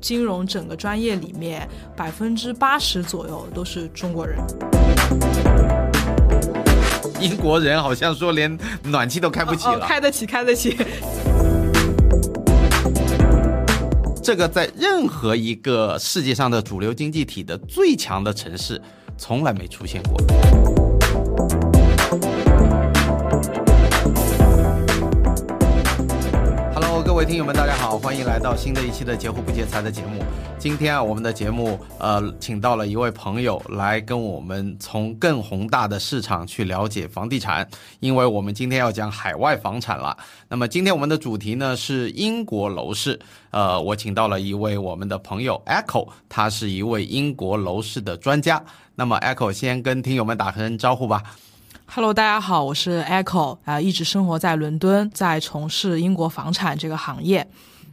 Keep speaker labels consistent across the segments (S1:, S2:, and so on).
S1: 金融整个专业里面，百分之八十左右都是中国人。
S2: 英国人好像说连暖气都开不起了，
S1: 哦哦开得起，开得起。
S2: 这个在任何一个世界上的主流经济体的最强的城市，从来没出现过。Hello，各位听友们，大家好，欢迎来到新的一期的“截胡不截财”的节目。今天啊，我们的节目呃，请到了一位朋友来跟我们从更宏大的市场去了解房地产，因为我们今天要讲海外房产了。那么今天我们的主题呢是英国楼市，呃，我请到了一位我们的朋友 Echo，他是一位英国楼市的专家。那么 Echo 先跟听友们打声招呼吧。
S1: Hello，大家好，我是 Echo 啊、呃，一直生活在伦敦，在从事英国房产这个行业。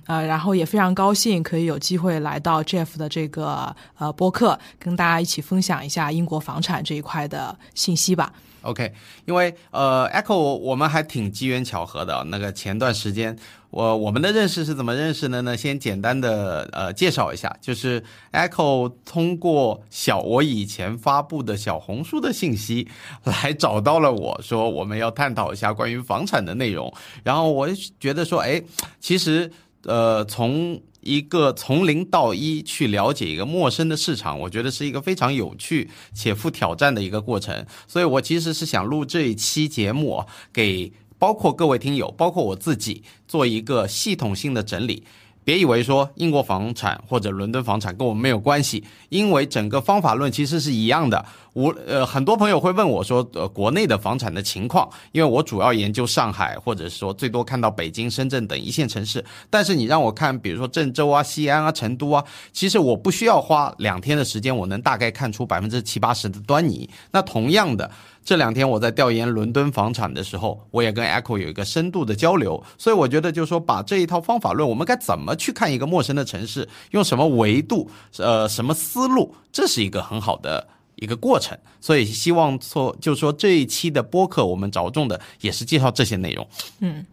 S1: 呃，然后也非常高兴可以有机会来到 Jeff 的这个呃播客，跟大家一起分享一下英国房产这一块的信息吧。
S2: OK，因为呃，Echo 我们还挺机缘巧合的。那个前段时间，我我们的认识是怎么认识的呢？先简单的呃介绍一下，就是 Echo 通过小我以前发布的小红书的信息来找到了我说我们要探讨一下关于房产的内容。然后我觉得说，哎，其实呃从一个从零到一去了解一个陌生的市场，我觉得是一个非常有趣且富挑战的一个过程。所以我其实是想录这一期节目、啊，给包括各位听友，包括我自己，做一个系统性的整理。别以为说英国房产或者伦敦房产跟我们没有关系，因为整个方法论其实是一样的。我呃，很多朋友会问我说，呃，国内的房产的情况，因为我主要研究上海，或者说最多看到北京、深圳等一线城市。但是你让我看，比如说郑州啊、西安啊、成都啊，其实我不需要花两天的时间，我能大概看出百分之七八十的端倪。那同样的。这两天我在调研伦敦房产的时候，我也跟 Echo 有一个深度的交流，所以我觉得就是说，把这一套方法论，我们该怎么去看一个陌生的城市，用什么维度，呃，什么思路，这是一个很好的一个过程。所以希望说，就是说这一期的播客，我们着重的也是介绍这些内容。
S1: 嗯。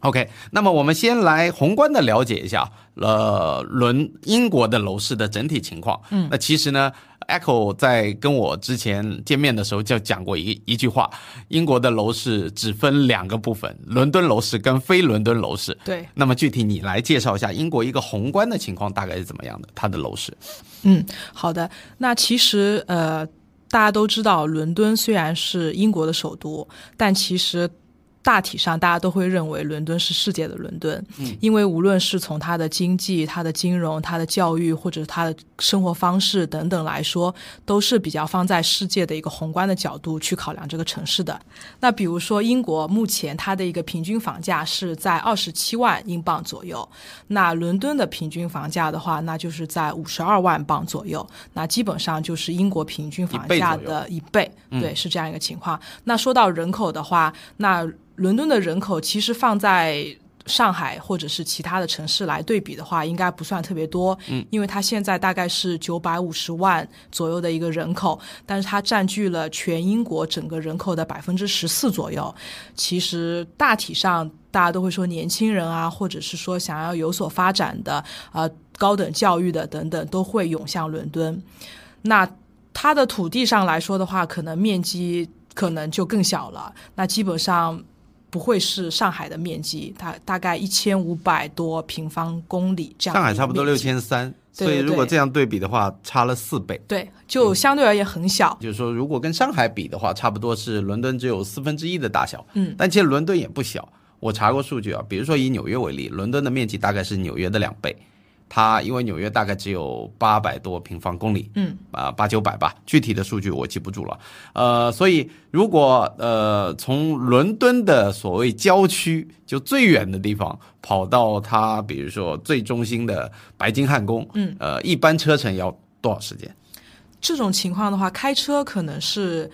S2: OK，那么我们先来宏观的了解一下，呃，伦英国的楼市的整体情况。
S1: 嗯，
S2: 那其实呢，Echo 在跟我之前见面的时候就讲过一一句话，英国的楼市只分两个部分，伦敦楼市跟非伦敦楼市。
S1: 对，
S2: 那么具体你来介绍一下英国一个宏观的情况大概是怎么样的，它的楼市。
S1: 嗯，好的。那其实呃，大家都知道，伦敦虽然是英国的首都，但其实。大体上，大家都会认为伦敦是世界的伦敦，
S2: 嗯
S1: 因为无论是从它的经济、它的金融、它的教育，或者它的生活方式等等来说，都是比较放在世界的一个宏观的角度去考量这个城市的。那比如说，英国目前它的一个平均房价是在二十七万英镑左右，那伦敦的平均房价的话，那就是在五十二万镑左右，那基本上就是英国平均房价的一倍，
S2: 嗯
S1: 对，是这样一个情况。那说到人口的话，那伦敦的人口其实放在上海或者是其他的城市来对比的话，应该不算特别多，
S2: 嗯，
S1: 因为它现在大概是九百五十万左右的一个人口，但是它占据了全英国整个人口的百分之十四左右。其实大体上大家都会说年轻人啊，或者是说想要有所发展的，呃，高等教育的等等，都会涌向伦敦。那它的土地上来说的话，可能面积可能就更小了，那基本上不会是上海的面积，大大概一千五百多平方公里这样。
S2: 上海差不多六。千三，
S1: 对
S2: 所以
S1: 对
S2: 如果
S1: 对
S2: 这样对比的话，差了四倍。
S1: 对，就
S2: 嗯
S1: 相对而言很小。
S2: 就是说，如果跟上海比的话，差不多是伦敦只有四分之一的大小。
S1: 嗯，
S2: 但其实伦敦也不小。我查过数据啊，比如说以纽约为例，伦敦的面积大概是纽约的两倍。它因为纽约大概只有八百多平方公里，
S1: 嗯，
S2: 啊八九百吧，具体的数据我记不住了。呃，所以如果呃从伦敦的所谓郊区，就最远的地方跑到它，比如说最中心的白金汉宫，
S1: 嗯，
S2: 呃，一般车程要多少时间？
S1: 这种情况的话，开车可能是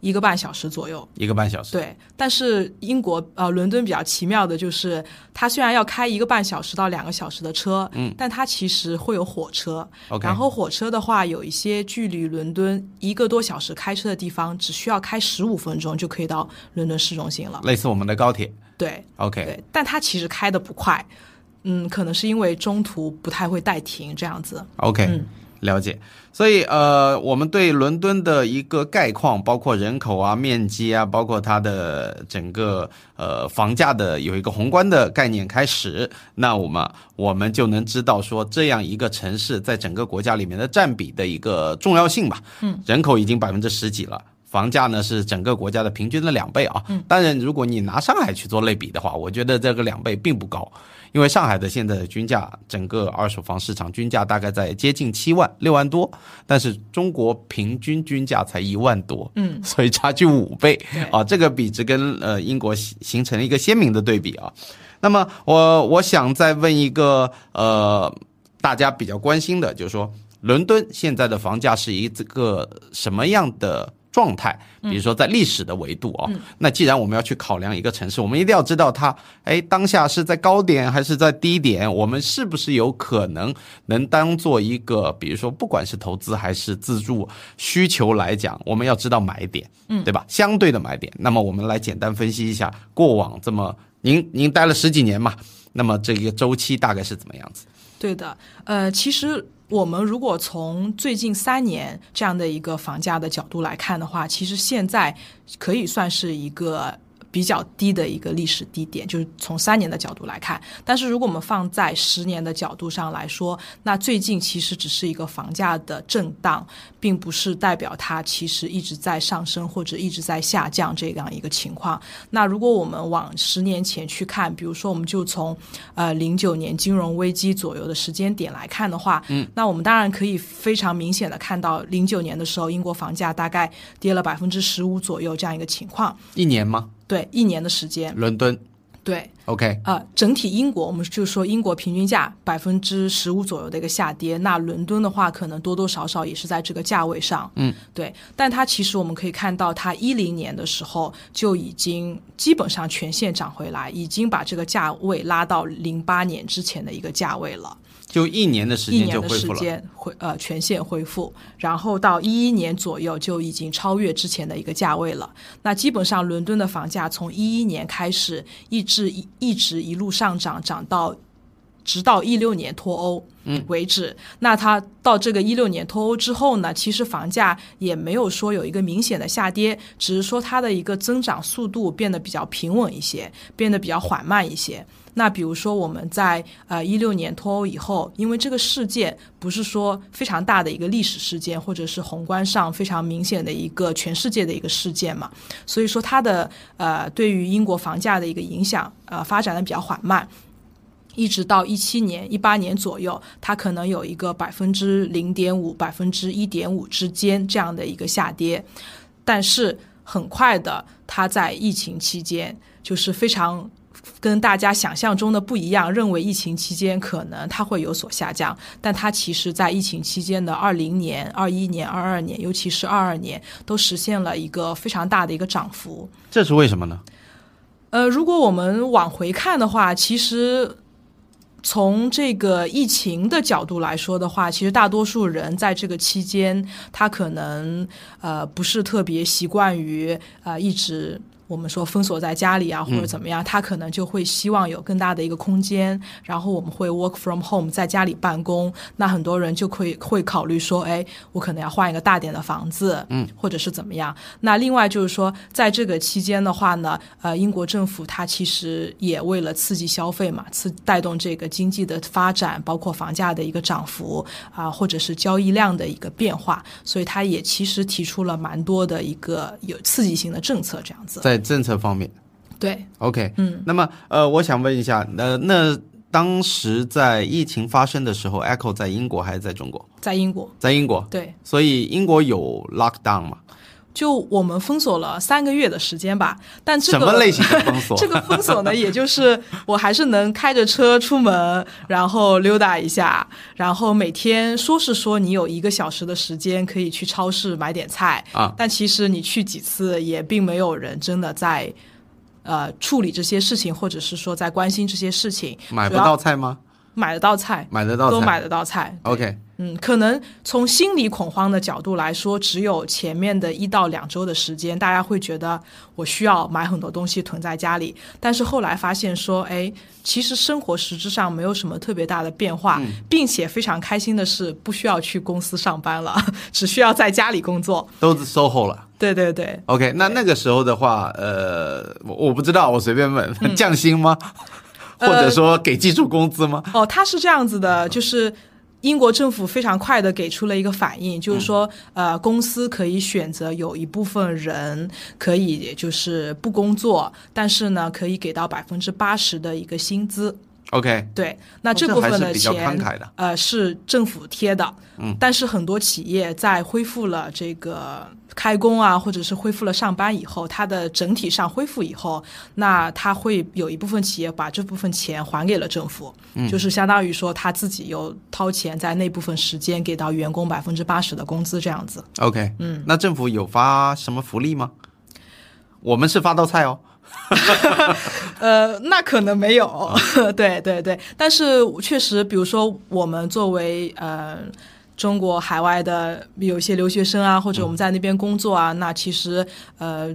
S1: 一个半小时左右。
S2: 一个半小时。
S1: 对，但是英国呃伦敦比较奇妙的就是，它虽然要开一个半小时到两个小时的车，
S2: 嗯，
S1: 但它其实会有火车。
S2: OK，
S1: 然后火车的话，有一些距离伦敦一个多小时开车的地方，只需要开十五分钟就可以到伦敦市中心了。
S2: 类似我们的高铁。
S1: 对
S2: OK，
S1: 对，但它其实开的不快。嗯，可能是因为中途不太会带停这样子。
S2: OK，、
S1: 嗯
S2: 了解。所以呃，我们对伦敦的一个概况，包括人口啊、面积啊，包括它的整个呃房价的有一个宏观的概念开始，那我们我们就能知道说这样一个城市在整个国家里面的占比的一个重要性吧。嗯，人口已经百分之十几了。房价呢是整个国家的平均的两倍啊，当然如果你拿上海去做类比的话，我觉得这个两倍并不高，因为上海的现在的均价，整个二手房市场均价大概在接近七万六万多，但是中国平均均价才一万多，
S1: 嗯，
S2: 所以差距五倍
S1: 对
S2: 啊，这个比值跟呃英国形形成了一个鲜明的对比啊。那么我我想再问一个呃大家比较关心的，就是说伦敦现在的房价是一个什么样的状态？比如说在历史的维度啊、那既然我们要去考量一个城市，我们一定要知道它，哎，当下是在高点还是在低点？我们是不是有可能能当做一个，比如说不管是投资还是自住需求来讲，我们要知道买点，嗯，对吧？相对的买点。那么我们来简单分析一下过往这么您您待了十几年嘛，那么这个周期大概是怎么样子？
S1: 对的，呃，其实我们如果从最近三年这样的一个房价的角度来看的话，其实现在可以算是一个。比较低的一个历史低点，就是从三年的角度来看。但是如果我们放在十年的角度上来说，那最近其实只是一个房价的震荡，并不是代表它其实一直在上升或者一直在下降这样一个情况。那如果我们往十年前去看，比如说我们就从呃零九年金融危机左右的时间点来看的话，嗯，那我们当然可以非常明显的看到，零九年的时候英国房价大概跌了百分之十五左右这样一个情况，
S2: 一年吗？
S1: 对，一年的时间，
S2: 伦敦
S1: 对，
S2: ，OK，
S1: 呃，整体英国，我们就说英国平均价百分之十五左右的一个下跌，那伦敦的话，可能多多少少也是在这个价位上，嗯，对。但它其实我们可以看到，它一零年的时候就已经基本上全线涨回来，已经把这个价位拉到零八年之前的一个价位了。
S2: 就一年的时
S1: 一
S2: 间
S1: 年
S2: 就
S1: 的
S2: 恢
S1: 时
S2: 复了。
S1: 间恢呃全线恢复，然后到一一年左右就已经超越之前的一个价位了。那基本上伦敦的房价从一一年开始一直一一直一路上涨，涨到直到一六年脱欧为止。那它到这个一六年脱欧之后呢，其实房价也没有说有一个明显的下跌，只是说它的一个增长速度变得比较平稳一些，变得比较缓慢一些。那比如说我们在呃一六年脱欧以后，因为这个事件不是说非常大的一个历史事件，或者是宏观上非常明显的一个全世界的一个事件嘛，所以说它的呃对于英国房价的一个影响呃发展的比较缓慢。一直到一七年、一八年左右，它可能有一个百分之零点五、百分之一点五之间这样的一个下跌，但是很快的，它在疫情期间就是非常跟大家想象中的不一样，认为疫情期间可能它会有所下降，但它其实在疫情期间的二零年、二一年、二二年，尤其是二二年，都实现了一个非常大的一个涨幅。
S2: 这是为什么呢？
S1: 呃，如果我们往回看的话，其实从这个疫情的角度来说的话，其实大多数人在这个期间，他可能呃不是特别习惯于呃一直。我们说封锁在家里啊，或者怎么样，他可能就会希望有更大的一个空间。然后我们会 work from home，在家里办公。那很多人就会会考虑说，哎，我可能要换一个大点的房子，嗯，或者是怎么样。那另外就是说，在这个期间的话呢，呃，英国政府它其实也为了刺激消费嘛，刺带动这个经济的发展，包括房价的一个涨幅啊、或者是交易量的一个变化，所以它也其实提出了蛮多的一个有刺激性的政策，这样子。
S2: 在政策方面
S1: 对，
S2: ，OK，嗯，那么呃，我想问一下，呃，那当时在疫情发生的时候，Echo 在英国还是在中国？
S1: 在英国，
S2: 在英国，
S1: 对，
S2: 所以英国有 lockdown 吗？
S1: 就我们封锁了三个月的时间吧，但这个
S2: 什么类型的 封锁？
S1: 这个封锁呢，也就是我还是能开着车出门，然后溜达一下，然后每天说是说你有一个小时的时间可以去超市买点菜
S2: 啊
S1: 但其实你去几次也并没有人真的在。呃，处理这些事情，或者是说在关心这些事情，
S2: 买不
S1: 主要
S2: 到菜吗？
S1: 买得到菜，
S2: 买得到
S1: 都
S2: 菜
S1: 买得到菜。
S2: OK，
S1: 嗯，可能从心理恐慌的角度来说，只有前面的一到两周的时间，大家会觉得我需要买很多东西囤在家里。但是后来发现说，哎，其实生活实质上没有什么特别大的变化，并且非常开心的是，不需要去公司上班了， 只需要在家里工作。
S2: 都 SOHO 了。
S1: 对对对，
S2: OK，那那个时候的话，呃，我我不知道，我随便
S1: 嗯
S2: 问， 降薪吗？
S1: 呃
S2: 或者说给基础工资吗？
S1: 哦，它是这样子的，就是英国政府非常快的给出了一个反应，就是说，呃，公司可以选择有一部分人可以就是不工作，但是呢，可以给到百分之八十的一个薪资。
S2: OK，
S1: 对，那
S2: 哦
S1: 这
S2: 这
S1: 部
S2: 还
S1: 分
S2: 是
S1: 的
S2: 比较
S1: 钱，
S2: 慷慨的
S1: 呃，是政府贴的。嗯，但是很多企业在恢复了这个开工啊，或者是恢复了上班以后，它的整体上恢复以后，那它会有一部分企业把这部分钱还给了政府，
S2: 嗯
S1: 就是相当于说他自己又掏钱在那部分时间给到员工百分之八十的工资这样子。
S2: OK，嗯，那政府有发什么福利吗？我们是发到菜哦。
S1: 呃，那可能没有， 对对对，但是确实，比如说我们作为呃中国海外的有一些留学生啊，或者我们在那边工作啊，那其实呃。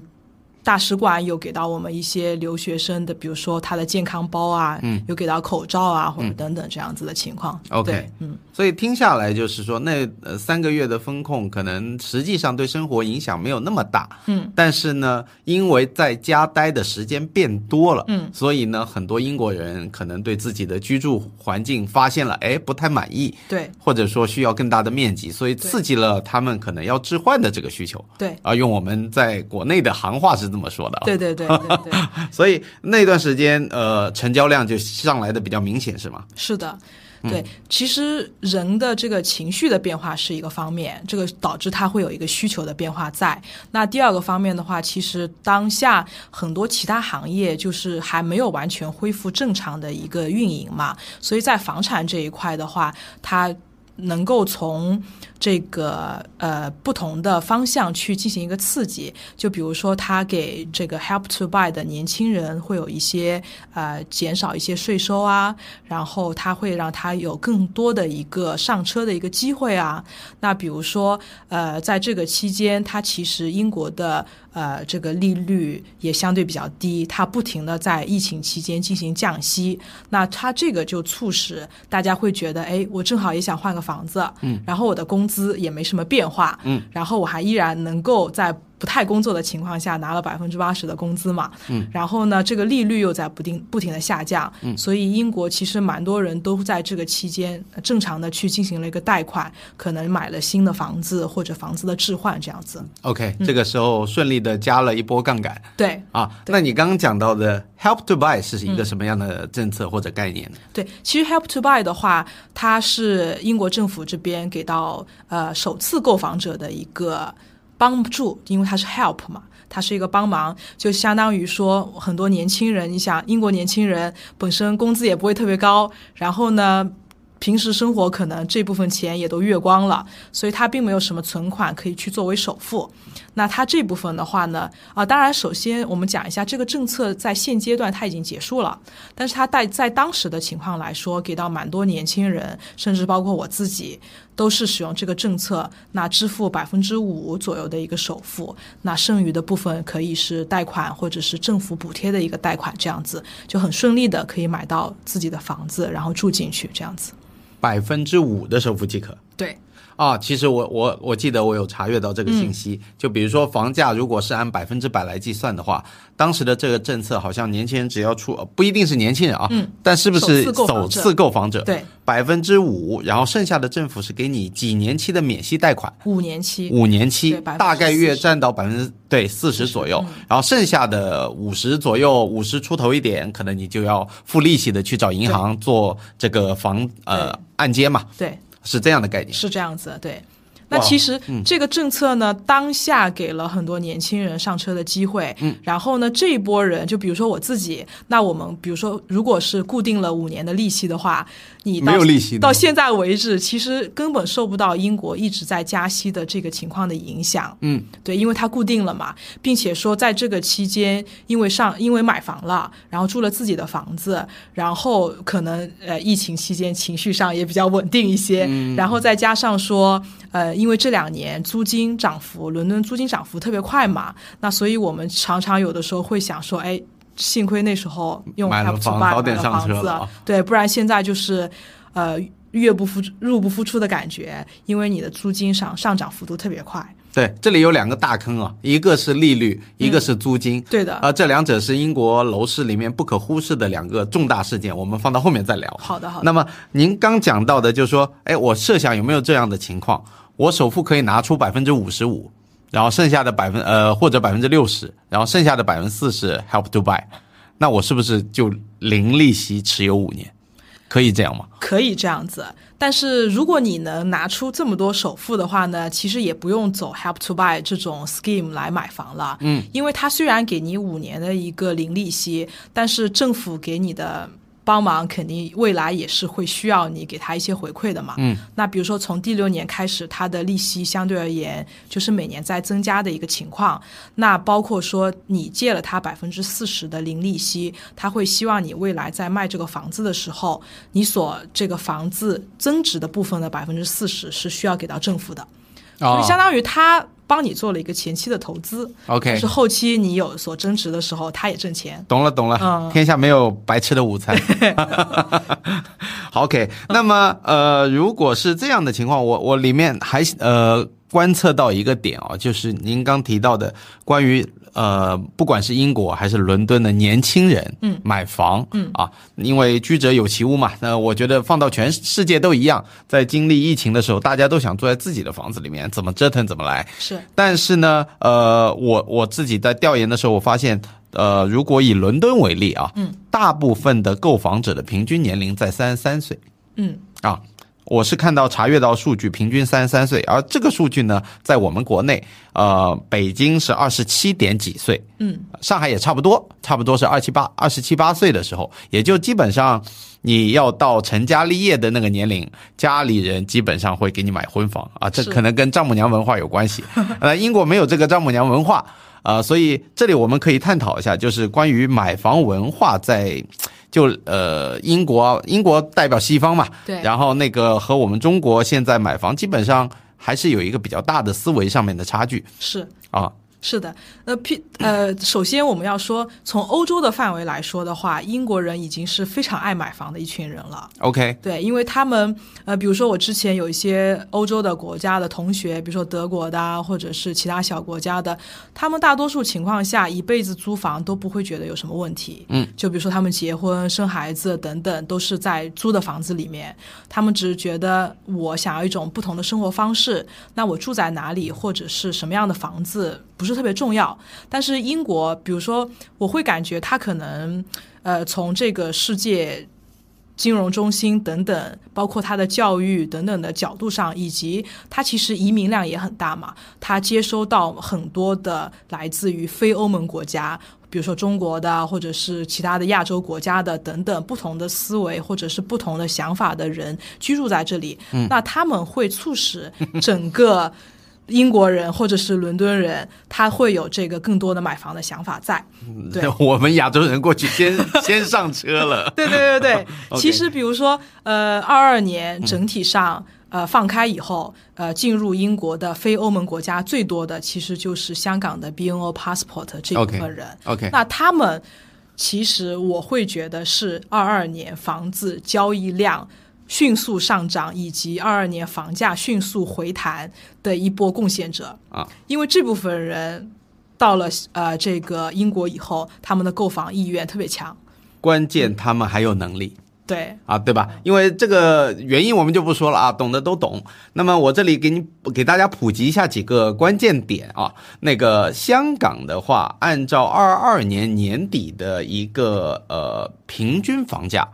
S1: 大使馆有给到我们一些留学生的，比如说他的健康包啊，嗯，有给到口罩啊，或者等等这样子的情况。
S2: OK
S1: 对嗯，
S2: 所以听下来就是说，那呃三个月的风控可能实际上对生活影响没有那么大，嗯，但是呢，因为在家待的时间变多了，嗯，所以呢，很多英国人可能对自己的居住环境发现了，哎，不太满意，
S1: 对
S2: 或者说需要更大的面积，所以刺激了他们可能要置换的这个需求。
S1: 对
S2: 啊，用我们在国内的行话是这么说的啊，
S1: 对对对对对。
S2: 所以那段时间呃成交量就上来的比较明显，是吗？
S1: 是的，对，其实人的这个情绪的变化是一个方面，这个导致它会有一个需求的变化在。那第二个方面的话，其实当下很多其他行业就是还没有完全恢复正常的一个运营嘛，所以在房产这一块的话，它。能够从这个呃不同的方向去进行一个刺激，就比如说，它给这个 Help to Buy 的年轻人会有一些呃减少一些税收啊，然后它会让他有更多的一个上车的一个机会啊。那比如说，呃，在这个期间，它其实英国的呃这个利率也相对比较低，它不停的在疫情期间进行降息，那它这个就促使大家会觉得，哎，我正好也想换个房子，嗯，然后我的工资也没什么变化，嗯，然后我还依然能够在。不太工作的情况下拿了百分之八十的工资嘛，嗯，然后呢，这个利率又在不定不停的下降，嗯，所以英国其实蛮多人都在这个期间呃正常的去进行了一个贷款，可能买了新的房子或者房子的置换这样子，
S2: OK，、这
S1: 嗯
S2: 个时候顺利的加了一波杠杆
S1: 对，
S2: 啊。那你刚刚讲到的 Help to Buy 是一个什么样的政策或者概念呢？
S1: 对，其实 Help to Buy 的话，它是英国政府这边给到呃首次购房者的一个帮助，因为它是 help 嘛，它是一个帮忙，就相当于说很多年轻人，你想英国年轻人本身工资也不会特别高，然后呢。平时生活可能这部分钱也都月光了，所以他并没有什么存款可以去作为首付。那他这部分的话呢，啊，当然首先我们讲一下这个政策在现阶段它已经结束了，但是它在在当时的情况来说，给到蛮多年轻人，甚至包括我自己，都是使用这个政策，那支付百分之五左右的一个首付，那剩余的部分可以是贷款或者是政府补贴的一个贷款，这样子就很顺利的可以买到自己的房子，然后住进去这样子。
S2: 百分之五的首付即可
S1: 对，
S2: 啊。其实我我我记得我有查阅到这个信息，
S1: 嗯
S2: 就比如说房价如果是按百分之百来计算的话，当时的这个政策好像年轻人只要出呃不一定是年轻人啊，嗯、但是不是
S1: 首次购
S2: 首
S1: 房者
S2: 次购房者
S1: 对
S2: 百分之五，然后剩下的政府是给你几年期的免息贷款。
S1: 五年期，
S2: 五年期
S1: 对40%
S2: 大概约占到百分之对四十左
S1: 嗯
S2: 右，然后剩下的五十左右，五十出头一点，可能你就要付利息的去找银行做这个房呃
S1: 对
S2: 按揭嘛，
S1: 对，
S2: 是这样的概念。
S1: 是这样子，对。那其实
S2: 嗯
S1: 这个政策呢，当下给了很多年轻人上车的机会。嗯，然后呢，这一波人，就比如说我自己，那我们比如说，如果是固定了五年的利息的话，你到
S2: 没有利息的
S1: 到现在为止，其实根本受不到英国一直在加息的这个情况的影响。
S2: 嗯，
S1: 对，因为它固定了嘛，并且说在这个期间，因为上因为买房了，然后住了自己的房子，然后可能呃疫情期间情绪上也比较稳定一些，
S2: 嗯
S1: 然后再加上说呃因为这两年租金涨幅，伦敦租金涨幅特别快嘛，那所以我们常常有的时候会想说，哎，幸亏那时候用
S2: 买了
S1: Help to
S2: 房
S1: Buy
S2: 早点
S1: 买了
S2: 上
S1: 房
S2: 车
S1: 子
S2: 了啊
S1: 对，不然现在就是呃月不敷入不敷出的感觉，因为你的租金上上涨幅度特别快，
S2: 对，这里有两个大坑啊，一个是利率，一
S1: 嗯
S2: 个是租金。
S1: 对的。
S2: 啊，这两者是英国楼市里面不可忽视的两个重大事件，我们放到后面再聊。
S1: 好的，好的。
S2: 那么您刚讲到的，就是说，哎，我设想有没有这样的情况？我首付可以拿出百分之五十五，然后剩下的百分呃或者百分之六十，然后剩下的百分之四十 help to buy，那我是不是就零利息持有五年？可以这样吗？
S1: 可以这样子，但是如果你能拿出这么多首付的话呢，其实也不用走 help to buy 这种 scheme 来买房了。嗯，因为它虽然给你五年的一个零利息，但是政府给你的。帮忙肯定未来也是会需要你给他一些回馈的嘛。嗯，那比如说从第六年开始，它的利息相对而言就是每年在增加的一个情况。那包括说你借了他百分之四十的零利息，他会希望你未来在卖这个房子的时候，你所这个房子增值的部分的百分之四十是需要给到政府的，
S2: 啊
S1: 就相当于他帮你做了一个前期的投资，
S2: OK，
S1: 是后期你有所增值的时候，他也挣钱。
S2: 懂了懂了，
S1: 嗯
S2: 天下没有白吃的午 餐。好 OK，那么呃，如果是这样的情况，我我里面还呃观测到一个点哦，就是您刚提到的关于呃，不管是英国还是伦敦的年轻人，嗯，买房，嗯啊，因为居者有其屋嘛，那我觉得放到全世界都一样，在经历疫情的时候，大家都想住在自己的房子里面，怎么折腾怎么来，
S1: 是
S2: 但是呢，呃，我我自己在调研的时候，我发现，呃，如果以伦敦为例啊，嗯，大部分的购房者的平均年龄在三十三岁，
S1: 嗯
S2: 啊，我是看到查阅到数据，平均三十三岁，而这个数据呢，在我们国内，呃，北京是二十七点几岁，
S1: 嗯，
S2: 上海也差不多，差不多是二七八、二十七八岁的时候，也就基本上你要到成家立业的那个年龄，家里人基本上会给你买婚房啊，这
S1: 是
S2: 可能跟丈母娘文化有关系。 呃，英国没有这个丈母娘文化啊、呃所以这里我们可以探讨一下，就是关于买房文化在。就呃，英国英国代表西方嘛，
S1: 对
S2: 然后那个和我们中国现在买房基本上还是有一个比较大的思维上面的差距
S1: 是。
S2: 啊，
S1: 是的，呃，P 呃，首先我们要说，从欧洲的范围来说的话，英国人已经是非常爱买房的一群人了。
S2: OK，
S1: 对，因为他们呃，比如说我之前有一些欧洲的国家的同学，比如说德国的啊，或者是其他小国家的，他们大多数情况下一辈子租房都不会觉得有什么问题。嗯，就比如说他们结婚、生孩子等等，都是在租的房子里面，他们只是觉得我想要一种不同的生活方式，那我住在哪里或者是什么样的房子不是特别重要。但是英国，比如说我会感觉他可能呃，从这个世界。金融中心等等，包括它的教育等等的角度上，以及它其实移民量也很大嘛，它接收到很多的来自于非欧盟国家。比如说中国的，或者是其他的亚洲国家的等等，不同的思维或者是不同的想法的人居住在这里，那他们会促使整个英国人或者是伦敦人，他会有这个更多的买房的想法在。对，
S2: 我们亚洲人过去先先上车了。
S1: 对对对对
S2: OK 嗯
S1: 其实比如说，呃，二二年整体上、呃放开以后，呃，进入英国的非欧盟国家最多的其实就是香港的 BNO passport 这一部
S2: OK
S1: 分人。
S2: OK，
S1: 那他们其实我会觉得是二二年房子交易量迅速上涨，以及二二年房价迅速回弹的一波贡献者
S2: 啊，
S1: 因为这部分人到了呃这个英国以后，他们的购房意愿特别强。
S2: 关键他们还有能力
S1: 对，
S2: 啊，对吧？因为这个原因我们就不说了啊，懂的都懂。那么我这里给你给大家普及一下几个关键点啊。那个香港的话，按照二二年年底的一个呃平均房价，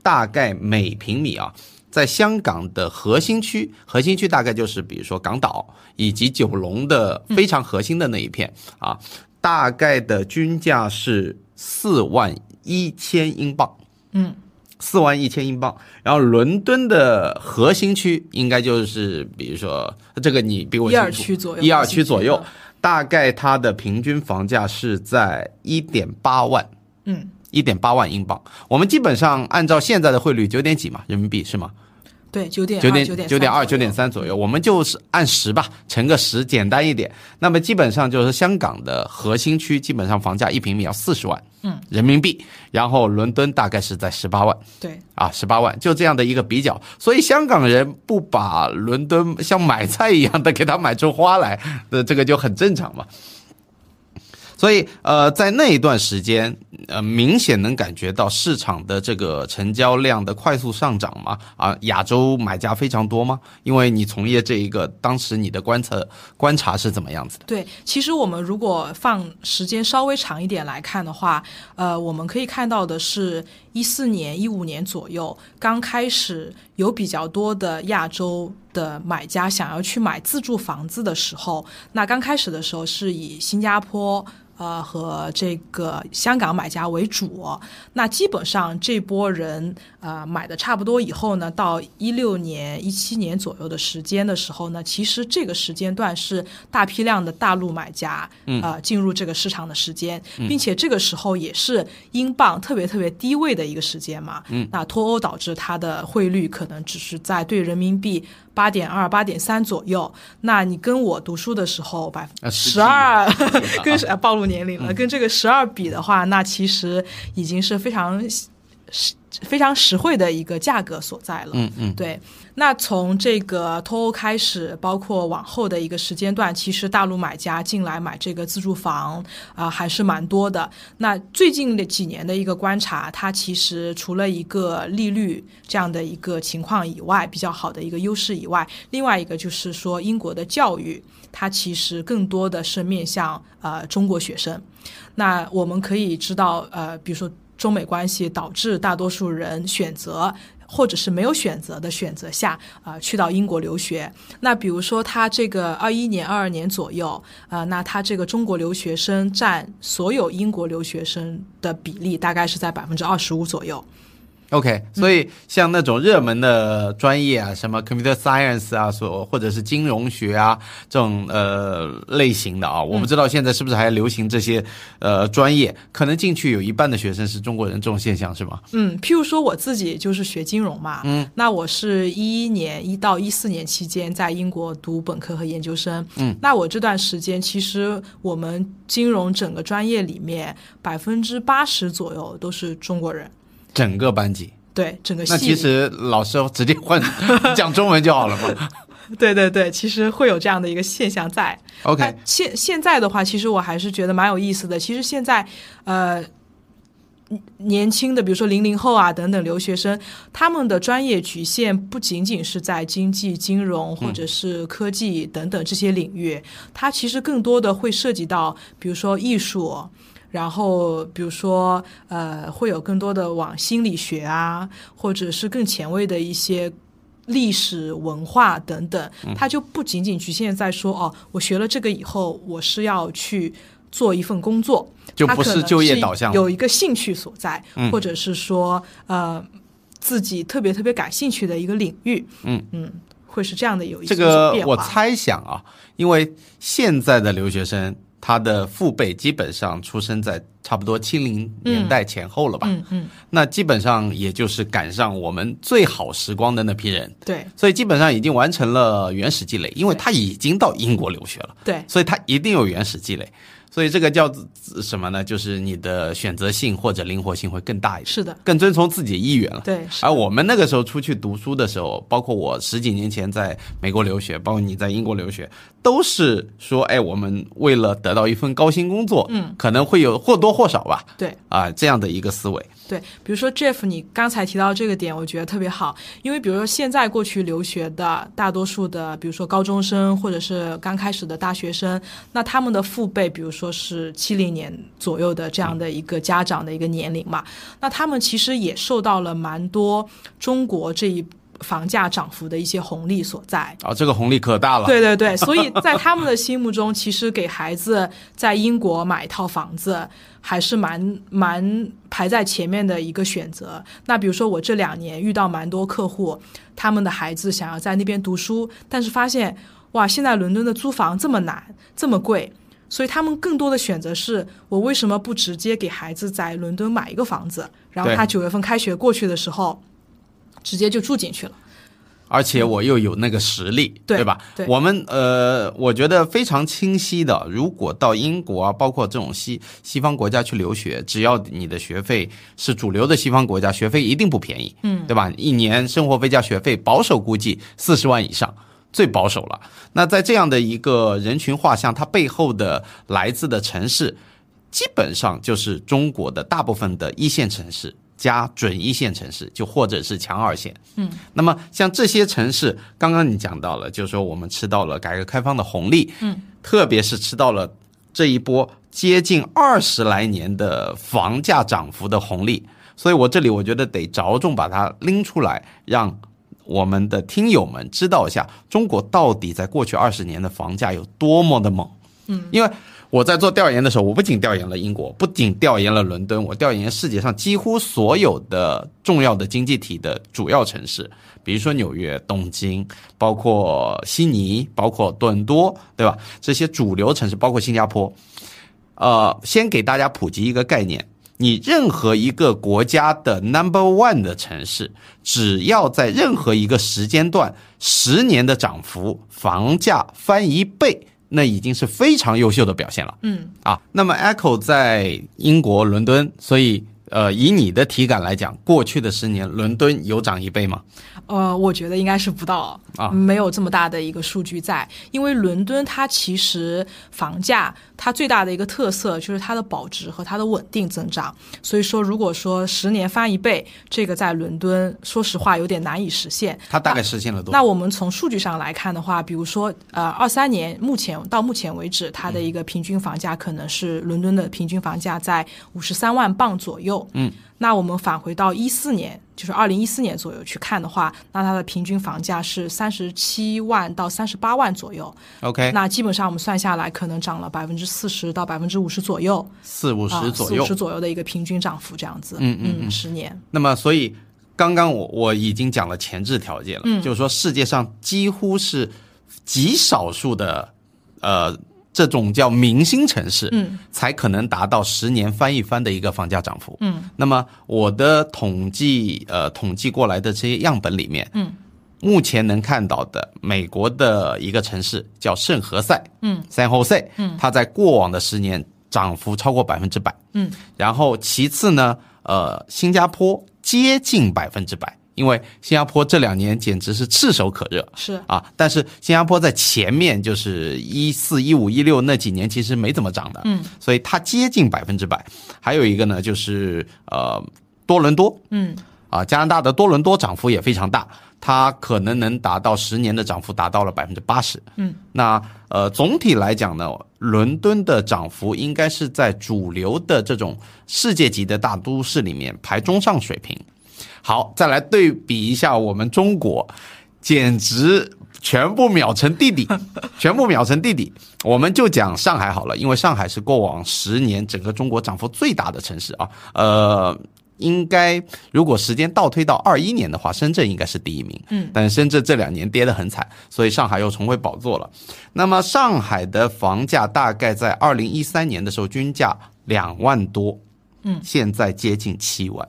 S2: 大概每平米啊在香港的核心区，核心区大概就是比如说港岛以及九龙的非常核心的那一片啊，大概的均价是四万一千英镑。
S1: 嗯，
S2: 四万一千英镑。然后伦敦的核心区应该就是，比如说这个你比我
S1: 一二
S2: 清
S1: 区啊
S2: 楚
S1: 左右，
S2: 一二区左右
S1: 的，
S2: 大概它的平均房价是在一点八万，
S1: 嗯，
S2: 一点八万英镑。我们基本上按照现在的汇率九点几嘛，人民币是吗？
S1: 对，九点
S2: 九
S1: 点
S2: 点
S1: 点
S2: 九点二、九
S1: 九
S2: 点三左右，我们就是按十吧，乘个十，简单一点。那么基本上就是香港的核心区，基本上房价一平米要四十万，
S1: 嗯，
S2: 人民币。然后伦敦大概是在十八万。
S1: 对，
S2: 啊，十八万，就这样的一个比较，所以香港人不把伦敦像买菜一样的给它买出花来，那这个就很正常嘛。所以，呃，在那一段时间，呃，明显能感觉到市场的这个成交量的快速上涨嘛，啊，亚洲买家非常多吗？因为你从业这一个，当时你的观测观察是怎么样子的？
S1: 对，其实我们如果放时间稍微长一点来看的话，呃，我们可以看到的是，一四年、一五年左右刚开始有比较多的亚洲的买家想要去买自住房子的时候，那刚开始的时候是以新加坡。呃，和这个香港买家为主，那基本上这波人呃买的差不多以后呢，到一六年、一七年左右的时间的时候呢，其实这个时间段是大批量的大陆买家呃进入这个市场的时间，并且这个时候也是英镑特别特别低位的一个时间嘛。嗯，那脱欧导致它的汇率可能只是在对人民币。八点二、八点三左右，那你跟我读书的时候，百
S2: 啊
S1: 分
S2: 十
S1: 十二，跟啊暴露年龄了，跟这个十二比的话，那其实已经是非常非常实惠的一个价格所在了。
S2: 嗯嗯，
S1: 对，那从这个脱欧开始，包括往后的一个时间段，其实大陆买家进来买这个自住房啊、还是蛮多的。那最近的几年的一个观察，它其实除了一个利率这样的一个情况以外，比较好的一个优势以外，另外一个就是说英国的教育，它其实更多的是面向呃中国学生。那我们可以知道，呃，比如说中美关系导致大多数人选择。或者是没有选择的选择下，啊、去到英国留学。那比如说，他这个二一年、二二年左右，啊、那他这个中国留学生占所有英国留学生的比例大概是在百分之二十五左右。
S2: OK，所以像那种热门的专业啊，什么 computer science 啊，所或者是金融学啊这种呃类型的啊，我不知道现在是不是还流行这些呃专业，可能进去有一半的学生是中国人，这种现象是吗？
S1: 嗯，譬如说我自己就是学金融嘛，嗯，那我是一一年一到一四年期间在英国读本科和研究生，嗯，那我这段时间其实我们金融整个专业里面百分之八十左右都是中国人，
S2: 整个班级，
S1: 对整个系
S2: 那其
S1: 里
S2: 实老师直接换 讲中文就好了嘛。
S1: 对对对，其实会有这样的一个现象在。那
S2: OK，
S1: 现现在的话，其实我还是觉得蛮有意思的。其实现在，呃，年轻的，比如说零零后啊等等留学生，他们的专业局限不仅仅是在经济、金融或者是科技等等这些领域，它其实更多的会涉及到，比如说艺术。然后，比如说，呃，会有更多的往心理学啊，或者是更前卫的一些历史文化等等，
S2: 嗯
S1: 它就不仅仅局限在说哦，我学了这个以后，我是要去做一份工作，
S2: 就
S1: 它
S2: 不
S1: 可
S2: 是
S1: 能
S2: 就业导向嗯了
S1: 有一个兴趣所在，或者是说呃自己特别特别感兴趣的一个领域，
S2: 嗯
S1: 嗯，会是这样的有一些
S2: 这个
S1: 变
S2: 我
S1: 化
S2: 猜想啊，因为现在的留学生他的父辈基本上出生在差不多七零年代前后了吧？
S1: 嗯嗯，
S2: 那基本上也就是赶上我们最好时光的那批人，
S1: 对
S2: 所以基本上已经完成了原始积累，因为他已经到英国留学了，
S1: 对
S2: 所以他一定有原始积累，所以这个叫什么呢？就是你的选择性或者灵活性会更大一点，
S1: 是的，
S2: 更遵从自己意愿了。
S1: 对是
S2: 而我们那个时候出去读书的时候，包括我十几年前在美国留学，包括你在英国留学，都是说，哎，我们为了得到一份高薪工作，嗯，可能会有或多或少吧，
S1: 对
S2: 啊，这样的一个思维。
S1: 对，比如说 Jeff，你刚才提到这个点，我觉得特别好，因为比如说现在过去留学的大多数的，比如说高中生或者是刚开始的大学生，那他们的父辈，比如说是七零年左右的这样的一个家长的一个年龄嘛，那他们其实也受到了蛮多中国这一。房价涨幅的一些红利所在。
S2: 啊，这个红利可大了。
S1: 对对 对，所以在他们的心目中，其实给孩子在英国买一套房子还是蛮蛮排在前面的一个选择。那比如说我这两年遇到蛮多客户，他们的孩子想要在那边读书，但是发现哇，现在伦敦的租房这么难，这么贵。所以他们更多的选择是我为什么不直接给孩子在伦敦买一个房子，然后他
S2: 对
S1: 九月份开学过去的时候，直接就住进去了。
S2: 而且我又有那个实力，
S1: 嗯对
S2: 吧？
S1: 对
S2: 我们呃，我觉得非常清晰的，如果到英国啊，包括这种西西方国家去留学，只要你的学费是主流的西方国家，学费一定不便宜，嗯，对吧？一年生活费加学费，保守估计四十万以上。最保守了。那在这样的一个人群画像，它背后的来自的城市，基本上就是中国的大部分的一线城市加准一线城市，就或者是强二线。那么像这些城市，刚刚你讲到了，就是说我们吃到了改革开放的红利，嗯，特别是吃到了这一波接近二十来年的房价涨幅的红利，所以我这里我觉得得着重把它拎出来，让我们的听友们知道一下，中国到底在过去二十年的房价有多么的猛。嗯，因为我在做调研的时候，我不仅调研了英国，不仅调研了伦敦，我调研世界上几乎所有的重要的经济体的主要城市，比如说纽约、东京，包括悉尼，包括多伦多，对吧？这些主流城市，包括新加坡。呃，先给大家普及一个概念：你任何一个国家的 number one 的城市，只要在任何一个时间段，十年的涨幅，房价翻一倍。那已经是非常优秀的表现了。嗯啊，那么 Echo 在英国伦敦，所以呃，以你的体感来讲，过去的十年伦敦有涨一倍吗？
S1: 呃，我觉得应该是不到
S2: 啊
S1: 没有这么大的一个数据在，因为伦敦它其实房价它最大的一个特色就是它的保值和它的稳定增长，所以说如果说十年翻一倍，这个在伦敦说实话有点难以实现。
S2: 它大概实现了多少？
S1: 那我们从数据上来看的话，比如说，呃，二三年目前到目前为止，它的一个平均房价可能是伦敦的平均房价在五十三万镑左右。嗯，那我们返回到一四年，就是二零一四年左右去看的话，那它的平均房价是三十七万到三十八万左右。
S2: OK，
S1: 那基本上我们算下来，可能涨了百分之四十到百分之五十左右，
S2: 四五
S1: 啊
S2: 十左右
S1: 四五十。左右的一个平均涨幅这样子。
S2: 嗯嗯
S1: 嗯，十年。
S2: 那么，所以刚刚我我已经讲了前置条件了，
S1: 嗯
S2: 就是说世界上几乎是极少数的呃这种叫明星城市，嗯，才可能达到十年翻一番的一个房价涨幅。嗯，那么我的统计呃统计过来的这些样本里面，嗯。目前能看到的美国的一个城市叫圣何塞，嗯，三后塞，嗯，它在过往的十年涨幅超过百分之百，然后其次呢，呃，新加坡接近百分之百，因为新加坡这两年简直是炙手可热
S1: 是
S2: 啊。但是新加坡在前面就是一四、一五、一六那几年其实没怎么涨的，嗯，所以它接近百分之百。还有一个呢，就是呃，多伦多，
S1: 嗯，
S2: 啊，加拿大的多伦多涨幅也非常大，它可能能达到十年的涨幅达到了百分之八十。嗯，那呃，总体来讲呢，伦敦的涨幅应该是在主流的这种世界级的大都市里面排中上水平。好，再来对比一下我们中国，简直全部秒成弟 弟，全部秒成弟弟。我们就讲上海好了，因为上海是过往十年整个中国涨幅最大的城市啊。呃，应该如果时间倒推到二一年的话，深圳应该是第一名。嗯，但深圳这两年跌得很惨，所以上海又重回宝座了。那么上海的房价大概在二零一三年的时候均价两万多，嗯，现在接近七万。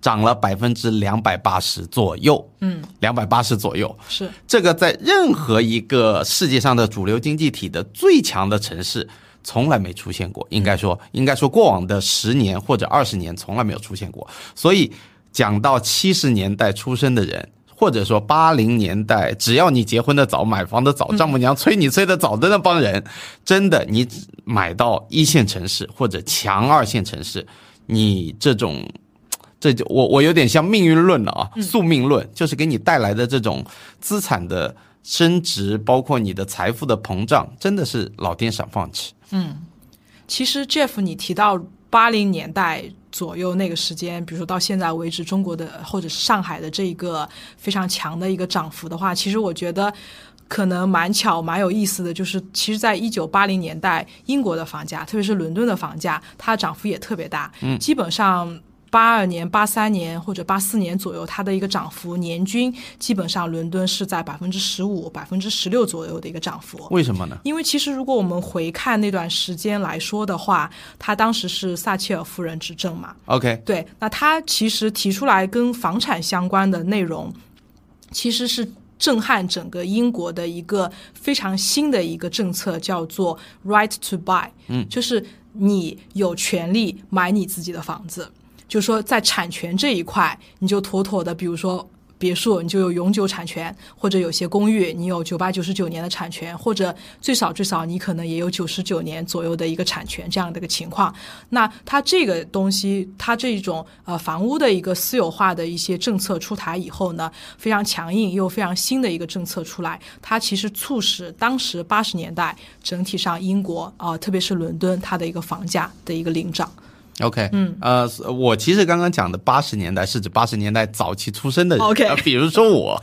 S2: 涨了百分之两百八十左右，嗯，两百八十左右，
S1: 是。
S2: 这个在任何一个世界上的主流经济体的最强的城市从来没出现过，应该说，应该说过往的十年或者二十年从来没有出现过。所以讲到七十年代出生的人。或者说八零年代，只要你结婚的早，买房的早，丈母娘催你催的早的那帮人，真的，你买到一线城市或者强二线城市，你这种这就我我有点像命运论了啊，宿命论就是给你带来的这种资产的升值，包括你的财富的膨胀，真的是老天赏饭吃。
S1: 其实 Jeff，你提到八零年代左右那个时间，比如说到现在为止，中国的或者是上海的这一个非常强的一个涨幅的话，其实我觉得。可能蛮巧、蛮有意思的，就是其实，在一九八零年代，英国的房价，特别是伦敦的房价，它涨幅也特别大。嗯，基本上八二年、八三年或者八四年左右，它的一个涨幅年均基本上伦敦是在百分之十五、百分之十六左右的一个涨幅。
S2: 为什么呢？
S1: 因为其实如果我们回看那段时间来说的话，他当时是撒切尔夫人执政嘛，
S2: OK，
S1: 对，那他其实提出来跟房产相关的内容，其实是震撼整个英国的一个非常新的一个政策，叫做 right to buy，嗯，就是你有权利买你自己的房子，就是说在产权这一块，你就妥妥的，比如说。别墅你就有永久产权，或者有些公寓你有九八九十九年的产权，或者最少最少你可能也有九十九年左右的一个产权这样的一个情况。那它这个东西，它这种呃房屋的一个私有化的一些政策出台以后呢，非常强硬又非常新的一个政策出来，它其实促使当时八十年代整体上英国啊、呃特别是伦敦它的一个房价的一个领涨。
S2: OK，嗯，呃，我其实刚刚讲的八十年代是指八十年代早期出生的人
S1: OK
S2: 呃比如说我，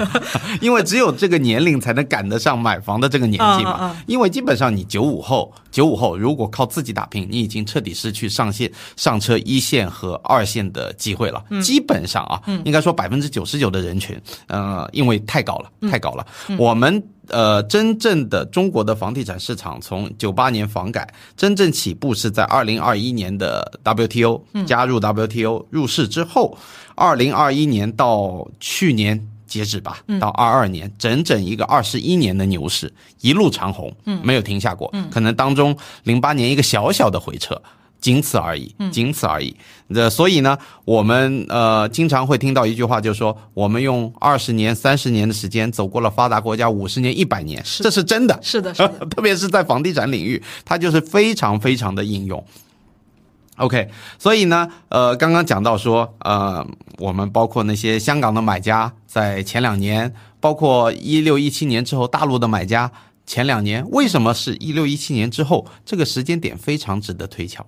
S2: 因为只有这个年龄才能赶得上买房的这个年
S1: 嗯
S2: 纪
S1: 嗯
S2: 嘛。因为基本上你九五后，九五后如果靠自己打拼，你已经彻底失去上线上车一线和二线的机会了。
S1: 嗯
S2: 基本上啊，应该说百分之九十九的人群，呃，因为太高
S1: 嗯
S2: 了，太高了。我们呃，真正的中国的房地产市场从九八年房改真正起步是在二零二一年的 WTO
S1: 嗯
S2: 加入 WTO 入市之后，二零二一年到去年。截止吧，到二二年，整整一个二十一年的牛市，一路长红，没有停下过，可能当中零八年一个小小的回撤，仅此而已，仅此而已。呃，所以呢，我们呃经常会听到一句话，就是说我们用二十年、三十年的时间走过了发达国家五十年、一百年，
S1: 是
S2: 这是真的。
S1: 是的，是的，
S2: 特别是在房地产领域，它就是非常非常的应用。OK，所以呢，呃，刚刚讲到说，呃，我们包括那些香港的买家，在前两年，包括一六一七年之后，大陆的买家前两年，为什么是一六一七年之后？这个时间点非常值得推敲，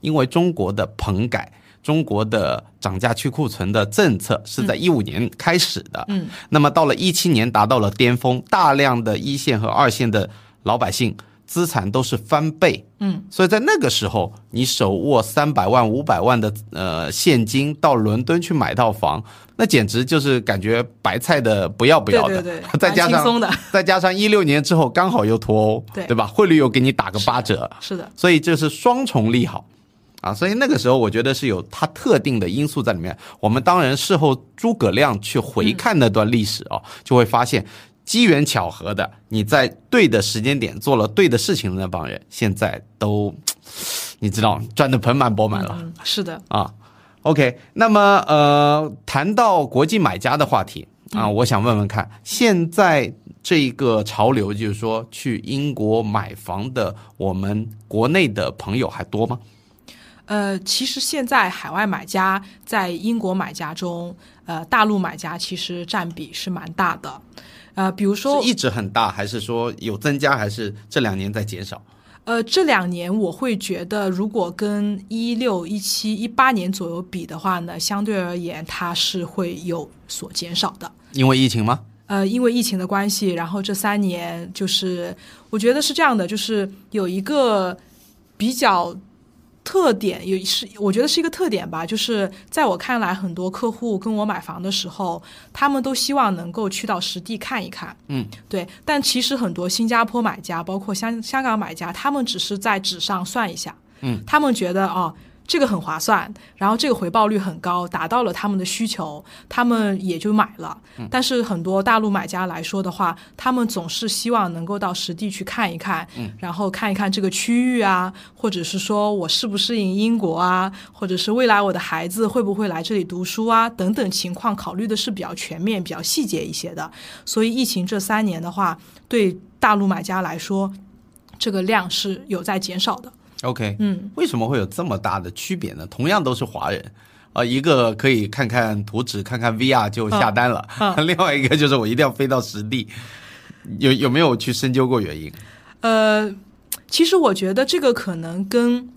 S2: 因为中国的棚改。中国的涨价去库存的政策是
S1: 嗯
S2: 在一五年开始的，嗯，那么到了一七年达到了巅峰，大量的一线和二线的老百姓资产都是翻倍，嗯，所以在那个时候，你手握三百万、五百万的呃现金到伦敦去买套房，那简直就是感觉白菜的不要不
S1: 对
S2: 要的，
S1: 对对，
S2: 再
S1: 蛮
S2: 加
S1: 轻松
S2: 上啊
S1: 的，
S2: 再加上一六年之后刚好又脱欧，
S1: 对
S2: 对吧？汇率又给你打个八折，
S1: 是的，
S2: 所以这是双重利好啊。所以那个时候，我觉得是有它特定的因素在里面。我们当然事后诸葛亮去回看那段历史啊，就会发现机缘巧合的，你在对的时间点做了对的事情的那帮人，现在都你知道赚的盆满钵满了。
S1: 嗯，是的，
S2: 啊。OK，那么呃，谈到国际买家的话题啊，
S1: 嗯
S2: 我想问问看，现在这个潮流就是说去英国买房的，我们国内的朋友还多吗？
S1: 呃，其实现在海外买家在英国买家中，呃，大陆买家其实占比是蛮大的。呃，比如说
S2: 是，一直很大，还是说有增加，还是这两年在减少？
S1: 呃，这两年我会觉得，如果跟一六、一七、一八年左右比的话呢，相对而言它是会有所减少的。
S2: 因为疫情吗？
S1: 呃，因为疫情的关系，然后这三年就是，我觉得是这样的，就是有一个比较特点，有是我觉得是一个特点吧，就是在我看来，很多客户跟我买房的时候，他们都希望能够去到实地看一看，
S2: 嗯，
S1: 对。但其实很多新加坡买家，包括香香港买家，他们只是在纸上算一下，
S2: 嗯，
S1: 他们觉得哦。这个很划算，然后这个回报率很高，达到了他们的需求，他们也就买了。但是很多大陆买家来说的话，他们总是希望能够到实地去看一看，然后看一看这个区域啊，或者是说我适不适应英国啊，或者是未来我的孩子会不会来这里读书啊等等情况，考虑的是比较全面、比较细节一些的。所以疫情这三年的话，对大陆买家来说，这个量是有在减少的。
S2: OK，
S1: 嗯，
S2: 为什么会有这么大的区别呢？同样都是华人，啊、一个可以看看图纸、看看 VR 就下单了，
S1: 嗯
S2: 另外一个就是我一定要飞到实地。有有没有去深究过原因？
S1: 呃，其实我觉得这个可能跟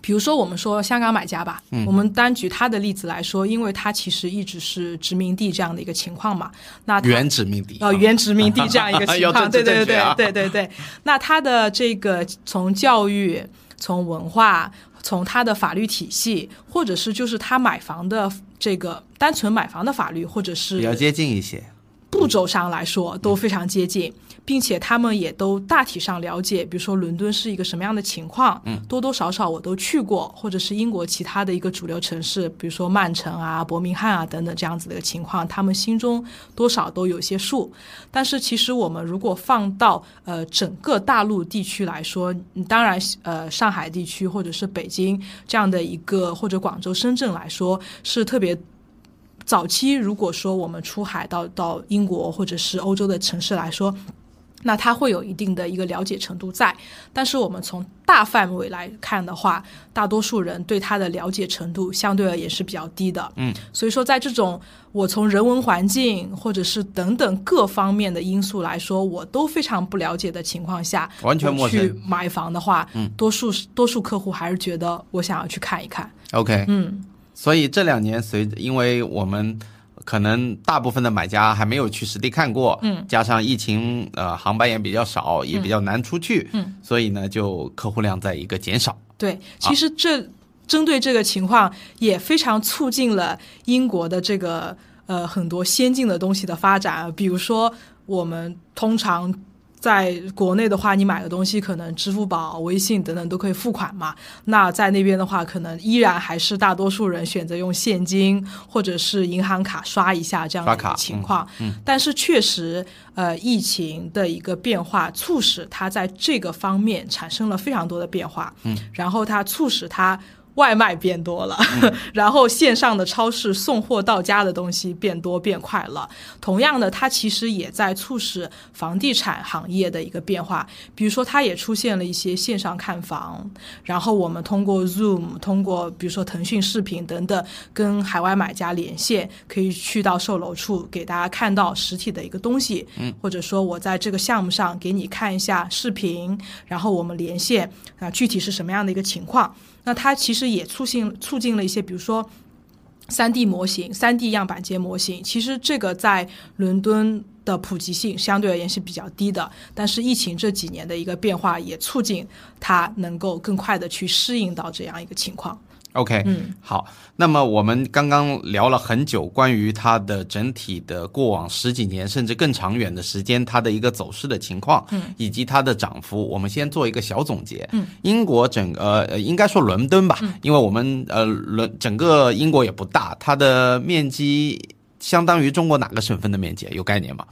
S1: 比如说我们说香港买家吧，
S2: 嗯
S1: 我们单举它的例子来说，因为它其实一直是殖民地这样的一个情况嘛，那它
S2: 原殖民地
S1: 呃，原殖民地这样一 个情
S2: 要
S1: 况，对
S2: 政治
S1: 对
S2: 正确
S1: 对
S2: 啊
S1: 对对对。那它的这个从教育、从文化、从它的法律体系，或者是就是它买房的这个单纯买房的法律，或者
S2: 比较
S1: 是
S2: 接近一些。
S1: 步骤上来说都非常接近，并且他们也都大体上了解，比如说伦敦是一个什么样的情况，嗯，多多少少我都去过，或者是英国其他的一个主流城市，比如说曼城啊、伯明翰啊等等这样子的一个情况，他们心中多少都有些数。但是其实我们如果放到呃整个大陆地区来说，嗯当然呃上海地区或者是北京这样的一个或者广州、深圳来说是特别。早期如果说我们出海到到英国或者是欧洲的城市来说，那它会有一定的一个了解程度在。但是我们从大范围来看的话，大多数人对它的了解程度相对而言是比较低的。
S2: 嗯，
S1: 所以说在这种我从人文环境或者是等等各方面的因素来说，我都非常不了解的情况下，
S2: 完全陌生
S1: 我去买房的话，嗯，多数多数客户还是觉得我想要去看一看。
S2: OK，
S1: 嗯，
S2: 所以这两年随着，因为我们可能大部分的买家还没有去实地看过，嗯，加上疫情，呃，航班也比较少，也比较难出去，嗯，所以呢，就客户量在一个减少。
S1: 对，其实这、针对这个情况，也非常促进了英国的这个呃很多先进的东西的发展啊，比如说我们通常。在国内的话，你买个东西可能支付宝、微信等等都可以付款嘛。那在那边的话，可能依然还是大多数人选择用现金或者是银行卡刷一下这样的一
S2: 刷卡
S1: 个情况。但是确实，呃，疫情的一个变化，促使它在这个方面产生了非常多的变化。嗯，然后它促使它。外卖变多了， 然后线上的超市送货到家的东西变多变快了。同样的，它其实也在促使房地产行业的一个变化，比如说它也出现了一些线上看房，然后我们通过 Zoom，通过比如说腾讯视频等等，跟海外买家连线，可以去到售楼处给大家看到实体的一个东西，嗯，或者说我在这个项目上给你看一下视频，然后我们连线啊，具体是什么样的一个情况？那它其实也促进促进了一些，比如说。三 D 模型、三 D 样板间模型，其实这个在伦敦的普及性相对而言是比较低的，但是疫情这几年的一个变化也促进它能够更快的去适应到这样一个情况。
S2: OK，嗯，好，那么我们刚刚聊了很久关于它的整体的过往十几年甚至更长远的时间，它的一个走势的情况，嗯，以及它的涨幅，我们先做一个小总结。嗯，英国整个呃，应该说伦敦吧，因为我们呃伦整个英国也不大，它的面积相当于中国哪个省份的面积啊有概念吗？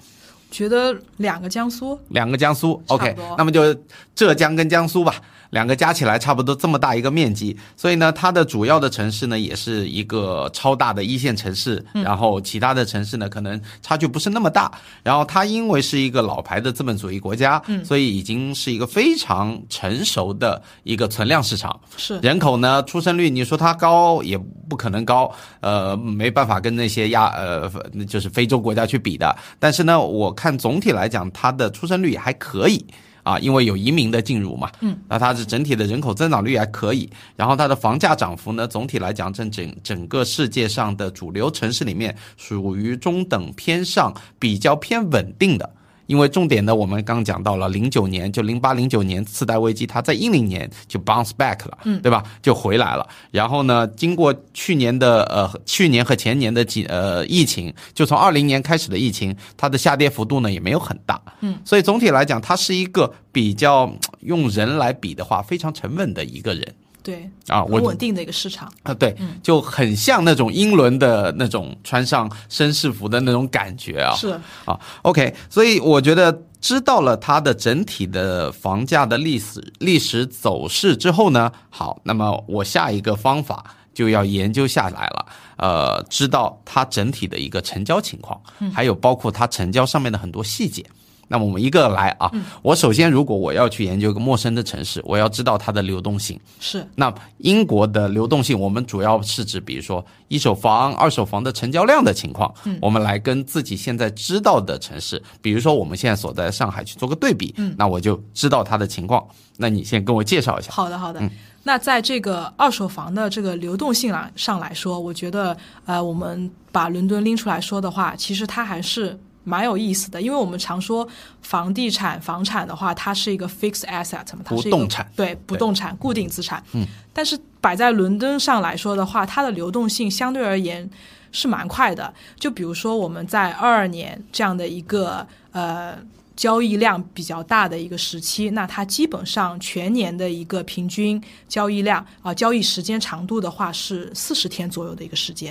S1: 觉得两个江苏
S2: 两个江苏
S1: 差不
S2: ，OK，
S1: 多
S2: 那么就浙江跟江苏吧，两个加起来差不多这么大一个面积，所以呢，它的主要的城市呢也是一个超大的一线城市，
S1: 嗯
S2: 然后其他的城市呢可能差距不是那么大，然后它因为是一个老牌的资本主义国家，
S1: 嗯
S2: 所以已经是一个非常成熟的一个存量市场，
S1: 是
S2: 人口呢，出生率你说它高也不可能高，呃，没办法跟那些亚呃就是非洲国家去比的。但是呢，我看总体来讲，它的出生率也还可以。啊，因为有移民的进入嘛，嗯，那它是整体的人口增长率还可以，然后它的房价涨幅呢，总体来讲，这整整个世界上的主流城市里面，属于中等偏上、比较偏稳定的。因为重点呢，我们刚讲到了零九年，就零八零九年次贷危机，它在一零年就 bounce back 了，嗯，对吧？就回来了。然后呢，经过去年的呃，去年和前年的几呃疫情，就从二零年开始的疫情，它的下跌幅度呢也没有很大，嗯，所以总体来讲，它是一个比较嗯用人来比的话，非常沉稳的一个人
S1: 对
S2: 啊。
S1: 很
S2: 我
S1: 稳定的一个市场。
S2: 啊，对，就很像那种英伦的那种穿上绅士服的那种感觉啊，
S1: 是
S2: 啊，OK，所以我觉得知道了它的整体的房价的历史历史走势之后呢，好，那么我下一个方法就要研究下来了，呃，知道它整体的一个成交情况，还有包括它成交上面的很多细节。那么我们一个来啊，我首先如果我要去研究一个陌生的城市，我要知道它的流动性。
S1: 是
S2: 那英国的流动性，我们主要是指，比如说一手房、二手房的成交量的情况，
S1: 嗯
S2: 我们来跟自己现在知道的城市，比如说我们现在所
S1: 嗯
S2: 在的上海去做个对比，那我就知道它的情况。那你先跟我介绍一下。
S1: 好的好的。那在这个二手房的这个流动性啊上来说，我觉得呃，我们把伦敦拎出来说的话，其实它还是。蛮有意思的，因为我们常说房地产、房产的话，它是一个 fixed asset 嘛，它是一个
S2: 不动产
S1: 对不动产固定资产。嗯，但是摆在伦敦上来说的话，它的流动性相对而言是蛮快的。就比如说我们在二二年这样的一个呃交易量比较大的一个时期，那它基本上全年的一个平均交易量啊、交易时间长度的话是四十天左右的一个时间。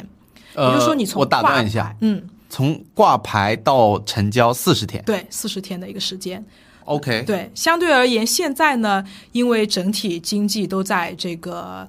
S1: 也就是说，你从
S2: 呃我打
S1: 挂
S2: 断一下
S1: 牌，嗯，
S2: 从挂牌到成交四十天
S1: 对，四十天的一个时间。
S2: ，OK，
S1: 对，相对而言，现在呢，因为整体经济都在这个